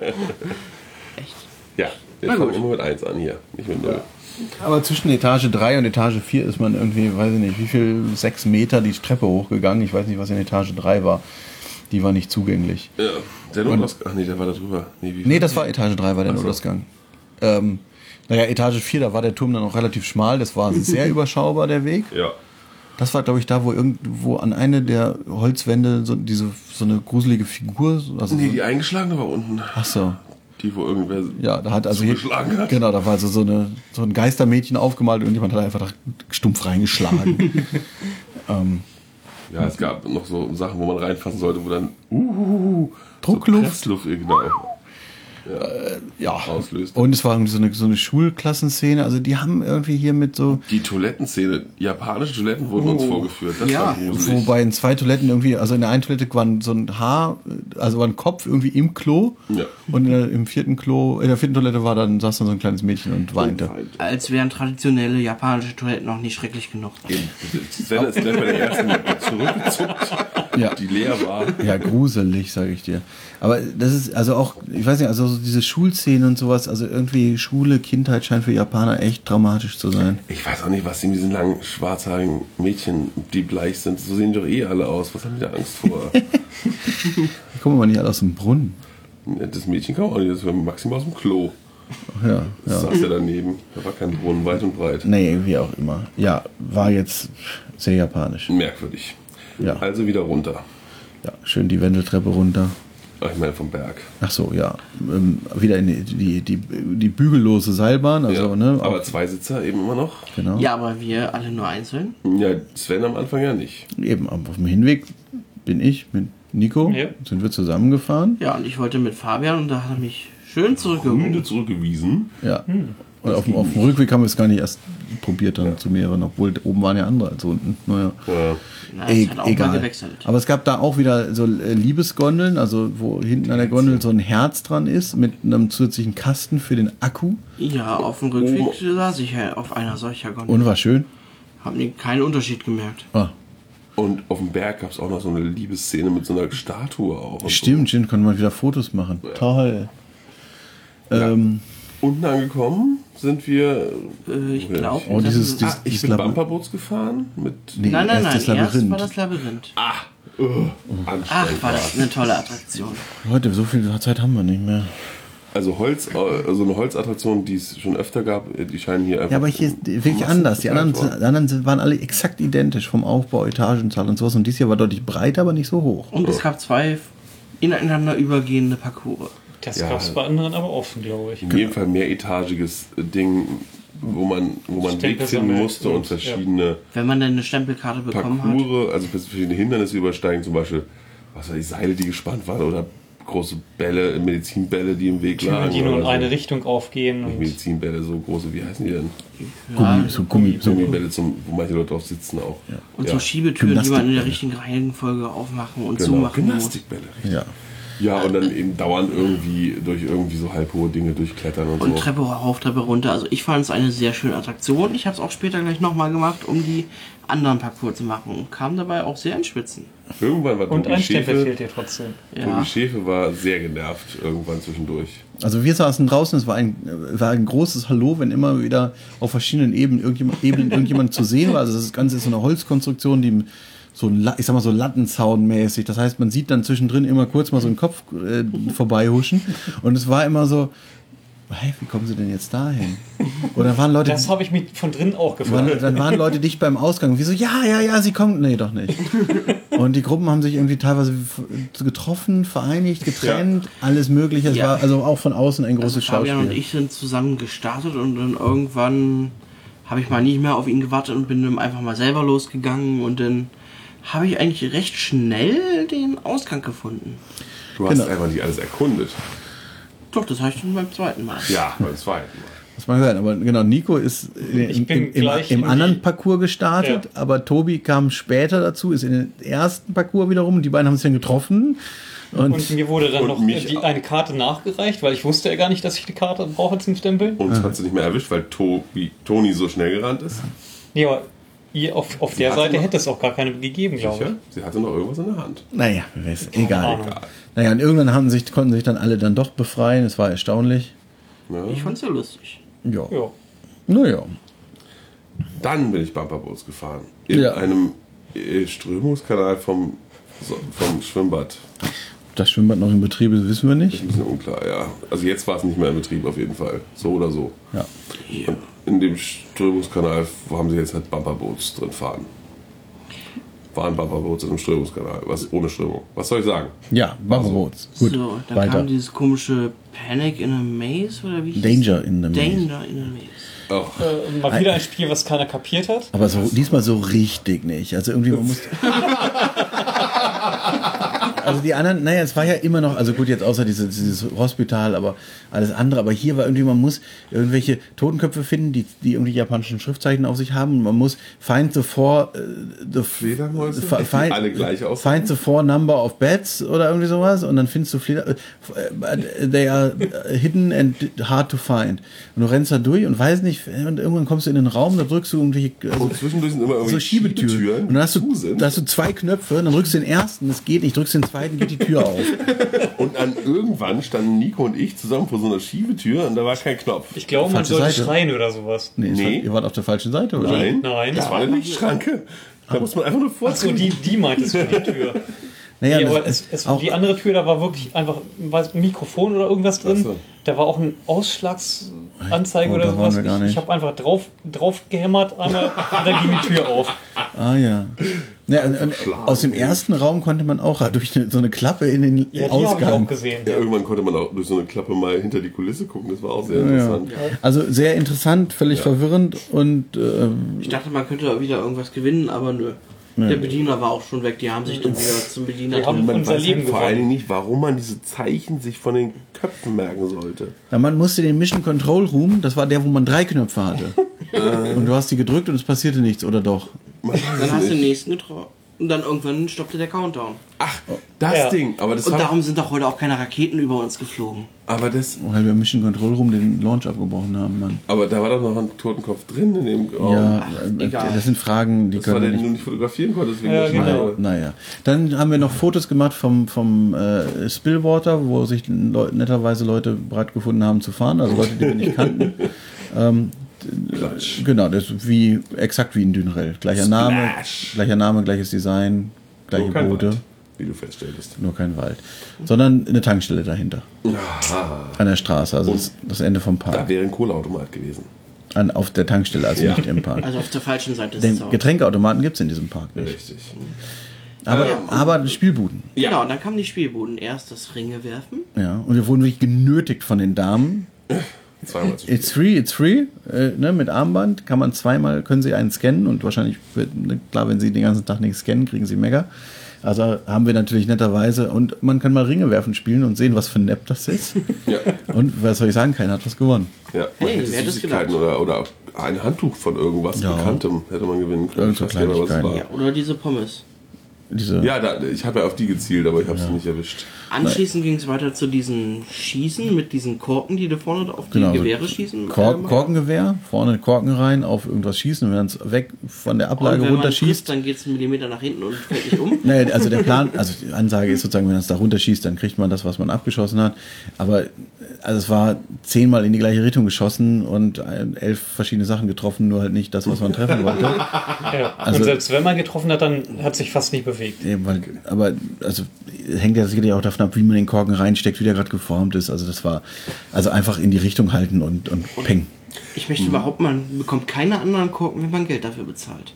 Echt?
Ja, wir
Na
fangen
gut.
immer mit eins an hier, nicht mit null.
Aber zwischen Etage 3 und Etage 4 ist man irgendwie, weiß ich nicht, wie viel, sechs Meter die Treppe hochgegangen. Ich weiß nicht, was in Etage 3 war. Die war nicht zugänglich.
Ja, der Notausgang. Ach nee, der war da drüber. Äh, Nee, wie
Nee, das war Etage 3, war der Notausgang. Ähm, naja, Etage 4, da war der Turm dann auch relativ schmal. Das war sehr überschaubar, der Weg.
Ja.
Das war, glaube ich, da, wo irgendwo an eine der Holzwände so, diese, so eine gruselige Figur. so- Also
Nee,
so,
die eingeschlagene war unten.
ach so.
Die, wo irgendwer.
Ja, da hat also je-
Zugeschlagen hat.
Genau, da war also so, eine, so ein Geistermädchen aufgemalt und jemand hat einfach da stumpf reingeschlagen. ähm,
Ja, es gab noch so Sachen, wo man reinfassen sollte, wo dann uh,
Druckluft.
Pressluft, genau.
ja.
auslöst.
Und es war irgendwie so eine, so eine Schulklassenszene. Also die haben irgendwie hier mit so,
Die Toilettenszene, japanische Toiletten wurden
Oh.
uns vorgeführt. Das
Ja.
war gruselig.
wobei in zwei Toiletten irgendwie, also in der einen Toilette war ein- so ein Haar, also war ein Kopf irgendwie im Klo.
Ja.
Und in der, im vierten Klo, in der vierten Toilette war dann, saß dann so ein kleines Mädchen und weinte.
Als wären traditionelle japanische Toiletten noch nicht schrecklich genug.
Eben. Sven ist gleich bei der ersten zurückgezuckt,
Ja.
die leer war.
Ja, gruselig, sage ich dir. Aber das ist also auch, ich weiß nicht, also so diese Schulszenen und sowas, also irgendwie Schule, Kindheit scheint für Japaner echt dramatisch zu sein.
Ich weiß auch nicht, was die mit diesen langen, schwarzhaarigen Mädchen, die bleich sind. So sehen die doch eh alle aus. Was haben die da Angst vor?
Die kommen aber nicht alle aus dem Brunnen.
das Mädchen kam auch nicht. Das war maximal aus dem Klo.
Ach Ja,
Das
ja.
saß ja daneben. Da war kein Brunnen, weit und breit.
Nee, wie auch immer. Ja, war jetzt sehr japanisch.
Merkwürdig.
Ja.
Also wieder runter.
Ja, schön die Wendeltreppe runter.
Ach, ich meine vom Berg.
Ach so, ja. Ähm, wieder in die, die, die, die bügellose Seilbahn, also,
ja.
ne?
Aber zwei Sitzer eben immer noch.
genau.
Ja, aber wir alle nur einzeln.
Ja, Sven am Anfang ja nicht.
Eben, aber auf dem Hinweg bin ich mit Nico,
Ja.
sind wir zusammengefahren.
Ja, und ich wollte mit Fabian und da hat er mich schön
Müde
zurückgeholt.
zurückgewiesen.
Ja.
Hm,
Und auf, dem- auf dem Rückweg haben wir es gar nicht erst probiert dann zu mehreren, obwohl oben waren ja andere als unten. Naja.
Ja.
Na,
E
es hat auch mal
egal.
gewechselt.
Aber es gab da auch wieder so äh, Liebesgondeln, also wo hinten an der Gondel so ein Herz dran ist mit einem zusätzlichen Kasten für den Akku.
Ja, auf dem Rückweg saß ich ja auf einer solcher Gondel.
Und war schön.
Hab mir keinen Unterschied gemerkt.
Ah,
Und auf dem Berg gab es auch noch so eine Liebesszene mit so einer Statue auch. und
stimmt, stimmt, konnte man wieder Fotos machen. Toll.
Ja.
Ähm,
So. Unten angekommen sind wir.
Äh, ich
Oder
glaube.
oh, dieses,
Ah,
dieses,
ich
dieses
bin
Labyrinth.
Bumperboots gefahren mit.
Nee,
Nein, nein, nein,
erst das
erst,
Labyrinth.
war das Labyrinth.
Ah! Ugh,
Ach,
anstrengend
war
war's.
das eine tolle Attraktion.
Leute, so viel Zeit haben wir nicht mehr.
Also Holz, äh, also eine Holzattraktion, die es schon öfter gab, äh, die scheinen hier einfach.
Ja, aber hier ist wirklich
massiv
anders. Die anderen,
klein
die anderen waren alle exakt identisch vom Aufbau, Etagenzahl und sowas. Und dies hier war deutlich breiter, aber nicht so hoch.
Und es gab zwei ineinander übergehende Parcours.
das
Ja.
gab es bei anderen aber offen, glaube ich.
In jedem Fall mehretageiges äh, Ding, wo man, wo man einen Weg
Stempel
finden
sammelt
musste und
und- ja.
verschiedene
Wenn man denn eine Stempelkarte
halt.
bekommen hat.
Parcours, also verschiedene Hindernisse übersteigen, zum Beispiel, was war die Seile, die gespannt waren, oder große Bälle, Medizinbälle, die im Weg
Türen,
lagen.
die nur in
oder
eine
so.
Richtung aufgehen. Und
Medizinbälle, so große, wie heißen die denn?
Gummi, so Gummi, so
Gummibälle, zum, wo manche Leute drauf sitzen auch.
Und
ja.
so Schiebetüren, die man in der
Gymnastikbälle.
richtigen Reihenfolge aufmachen und
genau.
zumachen muss.
Gymnastikbälle. richtig.
Ja.
Ja, und dann eben dauernd irgendwie durch irgendwie so halb hohe Dinge durchklettern und,
Und
so.
Treppe rauf, Treppe runter. Also ich fand es eine sehr schöne Attraktion. Ich habe es auch später gleich nochmal gemacht, um die anderen Parcours zu machen. Und kam dabei auch sehr ins Schwitzen.
Irgendwann war
und
Tobi
ein Stempel
Schäfe,
fehlt dir trotzdem.
Ja.
Tobi Schäfe war sehr genervt irgendwann zwischendurch.
Also wir saßen draußen, es war ein, äh, war ein großes Hallo, wenn immer wieder auf verschiedenen Ebenen irgendjemand, Ebenen irgendjemand zu sehen war. Also das Ganze ist so eine Holzkonstruktion, die so ein, La- ich sag mal so Lattenzaunmäßig. Das heißt, man sieht dann zwischendrin immer kurz mal so einen Kopf äh, vorbeihuschen. Und es war immer so, hey, wie kommen sie denn jetzt dahin? Oder waren Leute,
Das habe ich mich von drin auch gefragt.
waren, dann waren Leute dicht beim Ausgang. Wie so, ja, ja, ja, sie kommen. Nee, doch nicht. Und die Gruppen haben sich irgendwie teilweise f- getroffen, vereinigt, getrennt, alles Mögliche. Es
Ja.
war also auch von außen ein
Also
großes
Fabian und
Schauspiel.
ich sind zusammen gestartet und dann irgendwann habe ich mal nicht mehr auf ihn gewartet und bin dann einfach mal selber losgegangen und dann habe ich eigentlich recht schnell den Ausgang gefunden.
Du hast
Genau.
einfach nicht alles erkundet.
Doch, das habe ich schon beim zweiten Mal.
Ja, beim zweiten Mal.
Das mag sein, aber genau, Nico ist in,
Ich bin
im, im,
gleich
im
in die-
anderen Parcours gestartet,
Ja.
aber Tobi kam später dazu, ist in den ersten Parcours wiederum. Die beiden haben sich dann getroffen. Und,
Und mir wurde dann
Und
noch
mich
die,
auch.
eine Karte nachgereicht, weil ich wusste ja gar nicht, dass ich eine Karte brauche zum Stempeln.
Uns hat sie nicht mehr erwischt, weil Tobi, Toni so schnell gerannt ist.
Nee, aber ihr auf, auf der
hatte
Seite
noch-
hätte es auch gar keine gegeben, glaube ich.
Sicher? Sie hatte noch irgendwas in der Hand.
naja, wer weiß, egal.
Ahnung.
Naja, und irgendwann haben sich, konnten sich dann alle dann doch befreien. Es war erstaunlich.
Ne?
Ich fand's ja lustig.
Ja.
Ja.
Naja.
Dann bin ich Bumperboots gefahren. In
Ja.
einem äh, Strömungskanal vom, so- vom Schwimmbad.
Das Schwimmbad noch in Betrieb ist, wissen wir nicht.
Ein bisschen unklar, ja. Also jetzt war es nicht mehr in Betrieb auf jeden Fall. So oder so.
Ja.
Und in dem Strömungskanal haben sie jetzt halt Bumperboots drin fahren. Waren Bumperboots in einem Strömungskanal. Was ohne Strömung. Was soll ich sagen?
Ja, Barbaroots. Gut,
so, da
weiter.
kam dieses komische Panic in a Maze oder wie? hieß
Danger in the
es?
Maze.
Danger in a Maze.
Oh,
Äh, mal wieder ein Spiel, was keiner kapiert hat.
Aber so, diesmal so richtig nicht. Also irgendwie, man muss. Also die anderen, naja, es war ja immer noch, also gut, jetzt außer dieses, dieses Hospital, aber alles andere, aber hier war irgendwie, man muss irgendwelche Totenköpfe finden, die, die irgendwie japanischen Schriftzeichen auf sich haben. Und man muss find the four äh, the f-
Fledermäuse?
fi- find,
Alle gleich aus.
Find the four number of beds oder irgendwie sowas und dann findest du Fleder. äh, They are äh, hidden and hard to find. Und du rennst da durch und weißt nicht, und irgendwann kommst du in den Raum, da drückst du irgendwelche. Also,
Und zwischendurch sind immer irgendwie
so Schiebetüren. und dann hast
die
du,
zu sind.
da hast du zwei Knöpfe, dann drückst du den ersten, das geht nicht, drückst den zweiten, geht die Tür auf.
Und dann irgendwann standen Nico und ich zusammen vor so einer Schiebetür und da war kein Knopf.
Ich glaube, man
Falsche
sollte
Seite.
schreien oder sowas.
Nee,
Nee.
Ihr wart auf der falschen Seite, oder?
Nein,
Nein.
das war eine Lichtschranke. Da muss man einfach nur
Achso,
vorziehen.
die, die meintest du, die Tür.
Naja,
Nee, aber
das,
es, es,
auch,
die andere Tür, da war wirklich einfach weiß, ein Mikrofon oder irgendwas drin.
Ach so.
Da war auch ein Ausschlagsanzeige
Oh,
oder
da waren
sowas.
wir gar
Ich,
nicht.
ich habe einfach drauf, drauf gehämmert einmal und dann ging die Tür auf.
ah ja. Naja, und, und aus dem ersten Raum konnte man auch durch eine, so eine Klappe in den
Ja, die habe ich auch
Ausgang.
gesehen.
Ja, irgendwann konnte man auch durch so eine Klappe mal hinter die Kulisse gucken. Das war auch sehr interessant.
Also sehr interessant, völlig verwirrend und ähm,
Ich dachte, man könnte wieder irgendwas gewinnen, aber nö. Der Bediener war auch schon weg, die haben sich dann wieder zum Bediener
Wir haben-
drin-
Man
Unser
weiß
Leben
halt vor
gewonnen.
allen Dingen nicht, warum man diese Zeichen sich von den Köpfen merken sollte.
ja, man musste den Mission Control Room, das war der, wo man drei Knöpfe hatte. und du hast die gedrückt und es passierte nichts, oder doch?
Dann hast du den nächsten getroffen. Und dann irgendwann stoppte der Countdown.
Das
Ja.
Ding, aber das,
Und
hab,
darum sind doch heute auch keine Raketen über uns geflogen.
aber das,
Weil wir im Mission Control Room den Launch abgebrochen haben, Mann.
aber da war doch noch ein Totenkopf drin in dem Raum.
Ja, genau. äh,
egal.
das sind Fragen, die
Oh. Das war
können wir
der, den
nicht.
du nicht fotografieren konntest. Wegen
Ja,
der Schlange.
genau.
Naja, dann haben wir noch Fotos gemacht vom, vom äh, Spillwater, wo sich Leu netterweise Leute bereit gefunden haben zu fahren, also Leute, die wir nicht kannten. Ähm,
Klatsch.
genau, das ist wie exakt wie in Dünrell. Gleicher Name,
Splash.
gleicher Name, gleiches Design, gleiche
Nur kein
Boote,
Wald, Wie du feststelltest.
nur kein Wald, sondern eine Tankstelle dahinter
Ah,
an der Straße, also das, das Ende vom
da
Park,
wäre ein Kohleautomat gewesen.
an, auf der Tankstelle, also
Ja.
nicht im Park.
Also auf der falschen Seite ist es
Denn
auch.
Getränkeautomaten gibt es in diesem Park nicht,
Richtig.
aber, aber Spielbuden.
Genau, und dann kamen die Spielbuden. Erst das Ringe werfen.
Ja, und wir wurden wirklich genötigt von den Damen.
Zweimal zu
It's free, it's free. Äh, ne, mit Armband kann man zweimal, können sie einen scannen und wahrscheinlich, wird, ne, klar, wenn sie den ganzen Tag nichts scannen, kriegen sie Mega. Also haben wir natürlich netterweise und man kann mal Ringe werfen spielen und sehen, was für ein Nap das ist.
Ja.
Und was soll ich sagen, keiner hat was gewonnen.
Ja,
Hey,
manche
wer hätte es
Süßigkeiten oder, oder ein Handtuch von irgendwas
Ja.
Bekanntem hätte man gewinnen können.
Irgend so
Ich weiß gar nicht, was es
Kleinigkeiten.
war.
Ja, oder diese Pommes.
Diese,
Ja, da, ich habe ja auf die gezielt, aber ich habe sie nicht erwischt.
Anschließend ging es weiter zu diesen Schießen mit diesen Korken, die da vorne auf die
genau, so
Gewehre schießen.
Kork
Ähm,
Korkengewehr, vorne Korken rein, auf irgendwas schießen, wenn es weg von der
und
Ablage
wenn man
runterschießt.
trifft, dann geht es einen Millimeter nach hinten und fällt nicht um.
Naja, also der Plan, also die Ansage ist sozusagen, wenn man es da runterschießt, dann kriegt man das, was man abgeschossen hat. Aber also es war zehnmal in die gleiche Richtung geschossen und äh, elf verschiedene Sachen getroffen, nur halt nicht das, was man treffen wollte.
Ja.
Also-
und selbst wenn man getroffen hat, dann hat sich fast nicht bewegt.
Eben, weil, aber also hängt ja sicherlich auch davon ab, wie man den Korken reinsteckt, wie der gerade geformt ist. Also das war also einfach in die Richtung halten und, und peng.
Ich möchte überhaupt, man bekommt keine anderen Korken, wenn man Geld dafür bezahlt.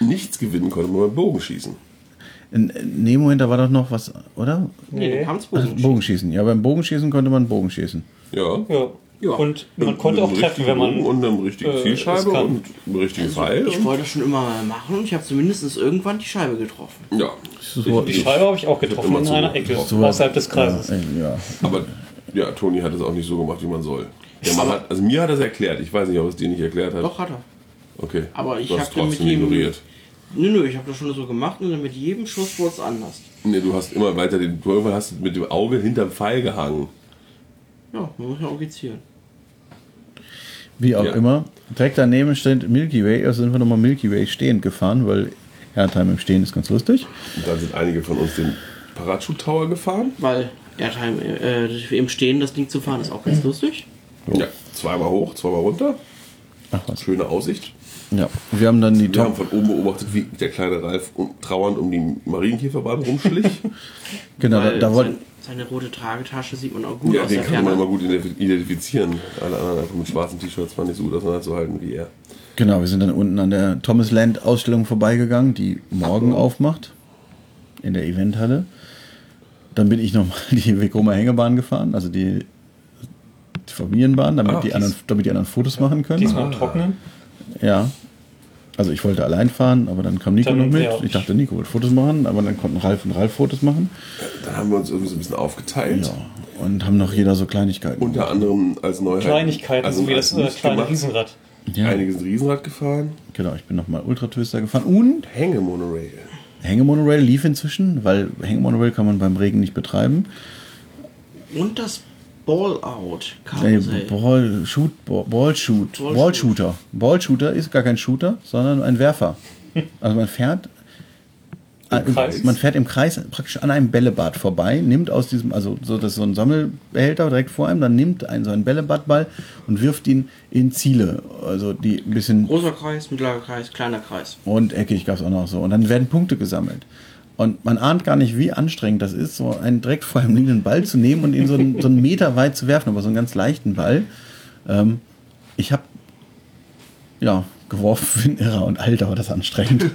Nichts gewinnen konnte man beim Bogenschießen.
In, in dem Moment, da war doch noch was, oder?
Nee, dann kam es
Also Bogenschießen. Ja, beim Bogenschießen konnte man Bogenschießen.
Ja.
Ja. Ja. Und man konnte
Mit
auch
einem
treffen,
richtigen
wenn man.
Bogen Und einem richtigen
äh,
Zielscheibe
es kann.
und einem richtigen Pfeil.
Also, Ich wollte das schon immer mal machen und ich habe zumindest irgendwann die Scheibe getroffen.
ja.
So,
Die Scheibe habe ich auch getroffen
Immer
in
zu
einer
hoch
Ecke,
getroffen.
außerhalb des Kreises.
ja.
Aber ja, Toni hat es auch nicht so gemacht, wie man soll. Der Mann hat, also mir hat er es erklärt. Ich weiß nicht, ob er es dir nicht erklärt hat.
Doch, hat er.
Okay.
Aber ich
du hast
hab den
trotzdem
mit ihm-
ignoriert.
Nö, nö, ich habe das schon so gemacht und dann mit jedem Schuss wurde es anders.
Nee, du hast immer weiter den. Du irgendwann hast mit dem Auge hinterm Pfeil gehangen.
Ja, man muss ja auch gezielen.
Wie auch
Ja.
immer. Direkt daneben stand Milky Way, also sind wir nochmal Milky Way stehend gefahren, weil Herrentheim im Stehen ist ganz lustig.
Und dann sind einige von uns den Parachute Tower gefahren.
Weil Erdheim äh, im Stehen das Ding zu fahren ist auch ganz lustig.
Ja. Zweimal hoch, zweimal runter.
Ach was.
Schöne Aussicht.
Ja. Wir haben dann die
Wir haben
Top.
von oben beobachtet, wie der kleine Ralf um, trauernd um die Marienkäferbahn rumschlich.
Genau, da,
Weil
da wollte.
sein, seine rote Tragetasche sieht man auch gut
ja,
aus
den
der
kann man immer
Ferne.
gut identif- identifizieren. Alle anderen einfach mit schwarzen T-Shirts waren nicht so gut auseinanderzuhalten wie er.
Genau, wir sind dann unten an der Thomas Land Ausstellung vorbeigegangen, die morgen aufmacht in der Eventhalle. Dann bin ich nochmal die Wekomer Hängebahn gefahren, also die die Familienbahn, damit,
Ah,
die
dies-
anderen, damit die anderen Fotos machen können.
Diesmal im Trocknen.
Ja. Also ich wollte allein fahren, aber dann kam Nico
Dann-
noch mit.
ja.
Ich dachte, Nico wird Fotos machen, aber dann konnten Ralf und Ralf Fotos machen.
Dann haben wir uns irgendwie so ein bisschen aufgeteilt.
Ja. Und haben noch jeder so Kleinigkeiten.
Unter anderem als Neuheit. also
Kleinigkeiten, so wie das äh, kleine Riesenrad.
ja.
Einige sind Riesenrad gefahren.
Genau, ich bin nochmal Ultratwister gefahren. Und
Hängemonorail.
Hängemonorail lief inzwischen, weil Hängemonorail kann man beim Regen nicht betreiben.
Und das Ball-Out
Ey,
Karussell.
Ball, shoot, Ball, Ball shoot,
Ball
Ball
shoot.
Shooter. Ball Shooter ist gar kein Shooter, sondern ein Werfer. Also man fährt, äh,
Kreis.
man fährt im Kreis praktisch an einem Bällebad vorbei, nimmt aus diesem, also so das ist so ein Sammelbehälter direkt vor einem, dann nimmt einen so einen Bällebadball und wirft ihn in Ziele, also die ein bisschen
Großer Kreis, mittlerer Kreis, kleiner Kreis.
und eckig gab es auch noch so. Und dann werden Punkte gesammelt. Und man ahnt gar nicht, wie anstrengend das ist, so einen direkt vor einem liegenden Ball zu nehmen und ihn so einen, so einen Meter weit zu werfen, aber so einen ganz leichten Ball. Ähm, ich habe ja geworfen wie ein Irrer und Alter, war das anstrengend.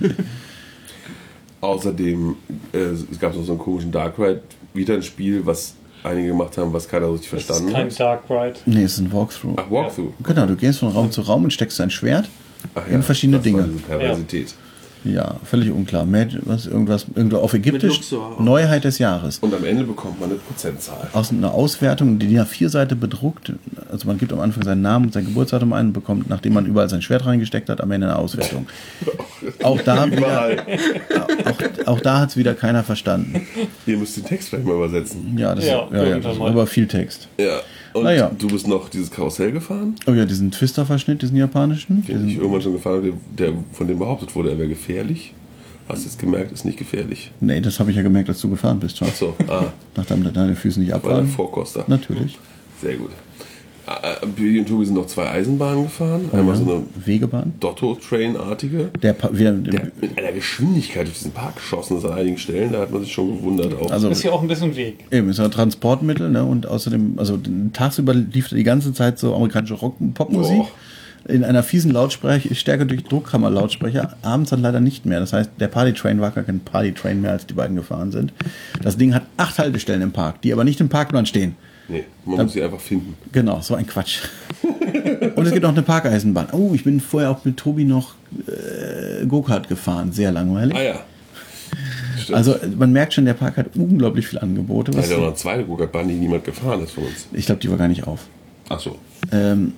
Außerdem äh, es gab noch so einen komischen Dark Ride. Wieder ein Spiel, was einige gemacht haben, was keiner richtig
Das ist
verstanden
kein
hat.
Dark Ride.
nee, es ist ein Walkthrough.
Ach, Walkthrough.
Genau, du gehst von Raum zu Raum und steckst dein Schwert
Ach
in verschiedene
das war
Dinge.
diese Perversität.
Ja, völlig unklar. Magic, was, irgendwas, irgendwas auf Ägyptisch.
Luxor auch.
Neuheit des Jahres.
Und am Ende bekommt man eine Prozentzahl.
aus einer Auswertung, die DIN A4-Seite bedruckt. Also man gibt am Anfang seinen Namen und sein Geburtsdatum ein und bekommt, nachdem man überall sein Schwert reingesteckt hat, am Ende eine Auswertung. Auch da, wieder,
Überall.
auch, auch da hat es wieder keiner verstanden.
Ihr müsst den Text vielleicht mal übersetzen.
Ja, das,
Ja,
ja, ja,
irgendwann
das ist
mal.
aber viel Text.
Ja. Und
Naja.
du bist noch dieses Karussell gefahren,
Oh ja, diesen Twister-Verschnitt, diesen japanischen.
den ich
Diesen,
irgendwann schon gefahren habe, der, von dem behauptet wurde, er wäre gefährlich. Hast jetzt gemerkt, ist nicht gefährlich.
nee, das habe ich ja gemerkt, als du gefahren bist, Charles.
So, ah,
Nachdem deine Füße nicht
war der
abwaren.
Vorkoster.
Natürlich.
Sehr gut. Äh, Billy und Tobi sind noch zwei Eisenbahnen gefahren. Einmal
Mhm.
so eine
Wegebahn.
Dotto-Train-artige.
Der, Pa- wir,
Der hat mit einer Geschwindigkeit durch diesen Park geschossen ist an einigen Stellen. Da hat man sich schon gewundert. Auch.
also,
Ist ja auch ein bisschen Weg.
Eben, ist ja ein Transportmittel, ne? Und außerdem, also den- tagsüber lief die ganze Zeit so amerikanische Rock- und Popmusik.
Boah.
In einer fiesen Lautstärke durch Druckkammerlautsprecher, abends dann leider nicht mehr. Das heißt, der Partytrain war gar kein Partytrain mehr, als die beiden gefahren sind. Das Ding hat acht Haltestellen im Park, die aber nicht im Parkplan stehen.
nee, man muss sie einfach finden.
Genau, so ein Quatsch. Und es gibt noch eine Parkeisenbahn. Oh, ich bin vorher auch mit Tobi noch äh, Go-Kart gefahren, sehr langweilig.
Ah ja. Stimmt.
Also man merkt schon, der Park hat unglaublich viele Angebote.
Da
Was,
hat ja auch noch eine zweite Gurkatbahn, die niemand gefahren ist von uns.
ich glaube, die war gar nicht auf.
Achso.
Ähm,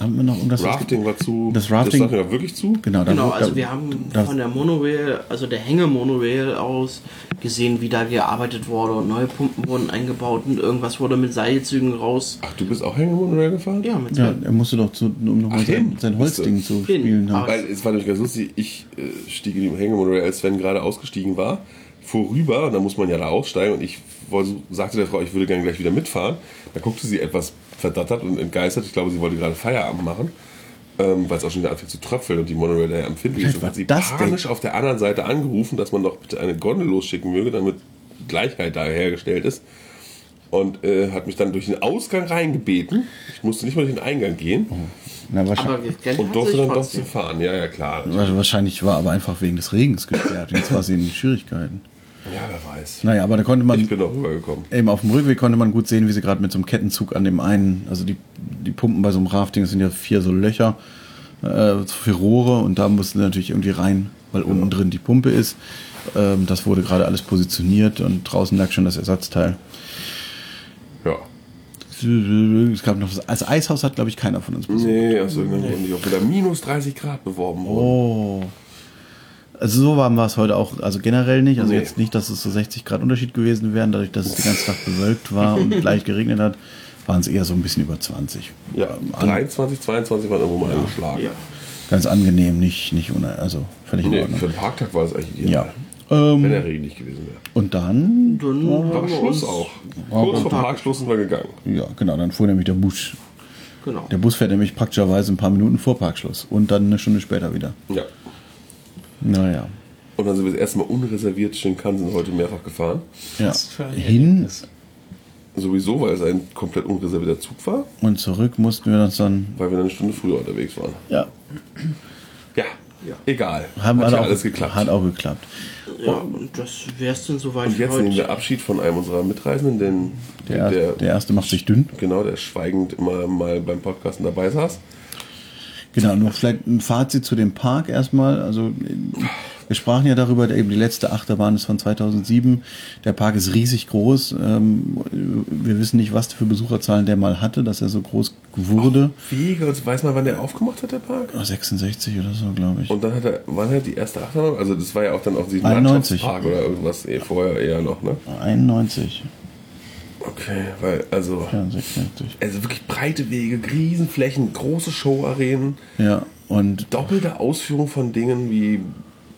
haben wir noch irgendwas? was-
Rafting war zu.
Das Rafting-
Das sagt mir wirklich zu.
Genau, da-
Genau,
da-
also wir haben
da-
von der Monorail, also der Hängemonorail aus gesehen, wie da gearbeitet wurde und neue Pumpen wurden eingebaut und irgendwas wurde mit Seilzügen raus.
Ach, du bist auch Hängemonorail gefahren?
Ja, mit
Ja, er musste doch zu, um nochmal
Ach,
sein,
hin.
sein Holzding zu
Hin.
spielen. ne?
Aber-
Haben.
Weil es war nämlich ganz lustig, ich äh, stieg in dem Hängemonorail, als Sven gerade ausgestiegen war, fuhr rüber und da muss man ja da aussteigen und ich wollte, sagte der Frau, ich würde gerne gleich wieder mitfahren. Da guckte sie etwas verdattert und entgeistert. Ich glaube, sie wollte gerade Feierabend machen, ähm, weil es auch schon wieder anfängt zu tröpfeln und die Monorail da ja empfindlich
Vielleicht
ist. Und
war
hat sie
das denn-
panisch auf der anderen Seite angerufen, dass man doch bitte eine Gondel losschicken möge, damit Gleichheit da hergestellt ist. Und äh, hat mich dann durch den Ausgang reingebeten. Ich musste nicht mal durch den Eingang gehen
Na,
Aber
wahrscheinlich,
geklemmt
und
hat sie
durfte
sich
dann doch zu
trotzdem.
fahren. Ja, ja, klar.
wahrscheinlich war aber einfach wegen des Regens gesperrt. Jetzt war sie in Schwierigkeiten.
Ja, wer weiß.
Naja, aber da konnte man
Ich bin auch rübergekommen.
eben auf dem Rückweg konnte man gut sehen, wie sie gerade mit so einem Kettenzug an dem einen, also die, die Pumpen bei so einem Rafting das sind ja vier so Löcher, äh, so vier Rohre und da mussten sie natürlich irgendwie rein, weil unten
Genau.
drin die Pumpe ist. Ähm, das wurde gerade alles positioniert und draußen lag schon das Ersatzteil.
Ja.
Es gab noch das, das Eishaus hat, glaube ich, keiner von uns besucht.
Nee, aus irgendeinem Grund Also nicht. Auch wieder minus 30 Grad beworben
Oh.
worden.
Also so warm war es heute auch, also generell nicht. Also
Nee.
jetzt nicht, dass es so 60 Grad Unterschied gewesen wären, dadurch, dass es den ganzen Tag bewölkt war und leicht geregnet hat, waren es eher so ein bisschen über 20.
Ja,
Ähm, an,
23, 22 waren irgendwo mal angeschlagen.
Ja.
ganz angenehm, nicht, nicht ohne, also völlig in
Nee, für
Ordnung.
den Parktag war es eigentlich
Ja.
ideal. Wenn
Ähm,
der Regen nicht gewesen wäre.
und dann,
Dann
War
haben wir
Schluss
uns
auch.
Oh,
Kurz
oh,
vor Parkschluss sind wir gegangen.
ja genau, dann fuhr nämlich der Bus.
Genau.
Der Bus fährt nämlich praktischerweise ein paar Minuten vor Parkschluss und dann eine Stunde später wieder.
Ja.
Naja.
Und dann sind wir das erste Mal unreserviert Shinkansen heute mehrfach gefahren.
Ja.
Was für ein
Hin
Sowieso, weil es ein komplett unreservierter Zug war,
und zurück mussten wir uns dann,
weil wir dann eine Stunde früher unterwegs waren.
ja,
Ja, egal.
haben
Hat
alle
ja
auch,
alles geklappt.
Hat auch geklappt.
Ja, und das wär's denn soweit
Und jetzt
heute.
nehmen wir Abschied von einem unserer Mitreisenden, denn
Der, der, erste macht sich dünn.
genau, der schweigend immer mal beim Podcasten dabei saß.
Genau, nur vielleicht ein Fazit zu dem Park erstmal. Also wir sprachen ja darüber, der eben die letzte Achterbahn ist von 2007. Der Park ist riesig groß. Ähm, Wir wissen nicht, was für Besucherzahlen der mal hatte, dass er so groß wurde.
Wie? Also weiß man, wann der aufgemacht hat, der Park?
66 oder so, glaube ich.
Und dann hat er, wann hat die erste Achterbahn? Also das war ja auch dann auf diesem
91.
Landschaftspark oder irgendwas eh, vorher eher noch, ne?
91,
Okay, weil, also,
ja, 66.
also wirklich breite Wege, Riesenflächen, große Showarenen,
Ja, und
doppelte Ausführung von Dingen wie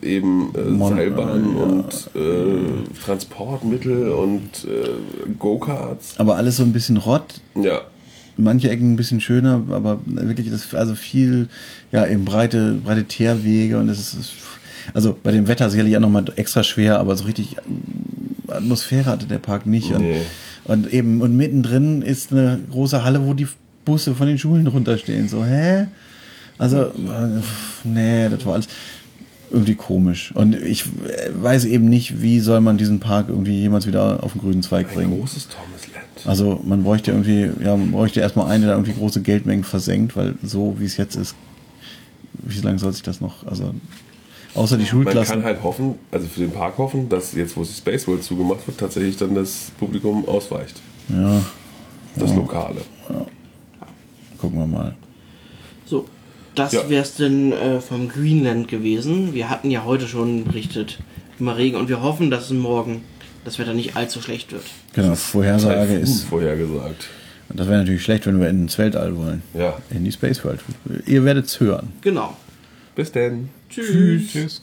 eben äh,
Mon-
Seilbahn
äh, ja.
und äh, Transportmittel und äh, Go-Karts.
aber alles so ein bisschen rott,
Ja,
manche Ecken ein bisschen schöner, aber wirklich das also viel ja eben breite breite Teerwege und es ist also bei dem Wetter sicherlich auch nochmal extra schwer, aber so richtig ähm, Atmosphäre hatte der Park nicht und,
Nee.
und eben und mittendrin ist eine große Halle, wo die Busse von den Schulen runterstehen. So hä? Also äh, nee, das war alles irgendwie komisch und ich äh, weiß eben nicht, wie soll man diesen Park irgendwie jemals wieder auf den grünen Zweig
ein
bringen.
großes Thomasland.
Also man bräuchte irgendwie, ja, man bräuchte erstmal einen, der da irgendwie große Geldmengen versenkt, weil so wie es jetzt ist, wie lange soll sich das noch, also außer die
Man
Schulklassen.
kann halt hoffen, also für den Park hoffen, dass jetzt, wo die Space World zugemacht wird, tatsächlich dann das Publikum ausweicht.
ja,
Das Lokale.
gucken wir mal.
So, das
Ja.
wär's denn äh, vom Greenland gewesen. Wir hatten ja heute schon berichtet, immer Regen und wir hoffen, dass morgen das Wetter nicht allzu schlecht wird.
Genau, Vorhersage
Typhoon
ist,
vorhergesagt.
und das wäre natürlich schlecht, wenn wir ins Weltall wollen.
Ja.
In die Space World. Ihr werdet es hören.
Genau.
Bis denn.
Tschüss.
Tschüss.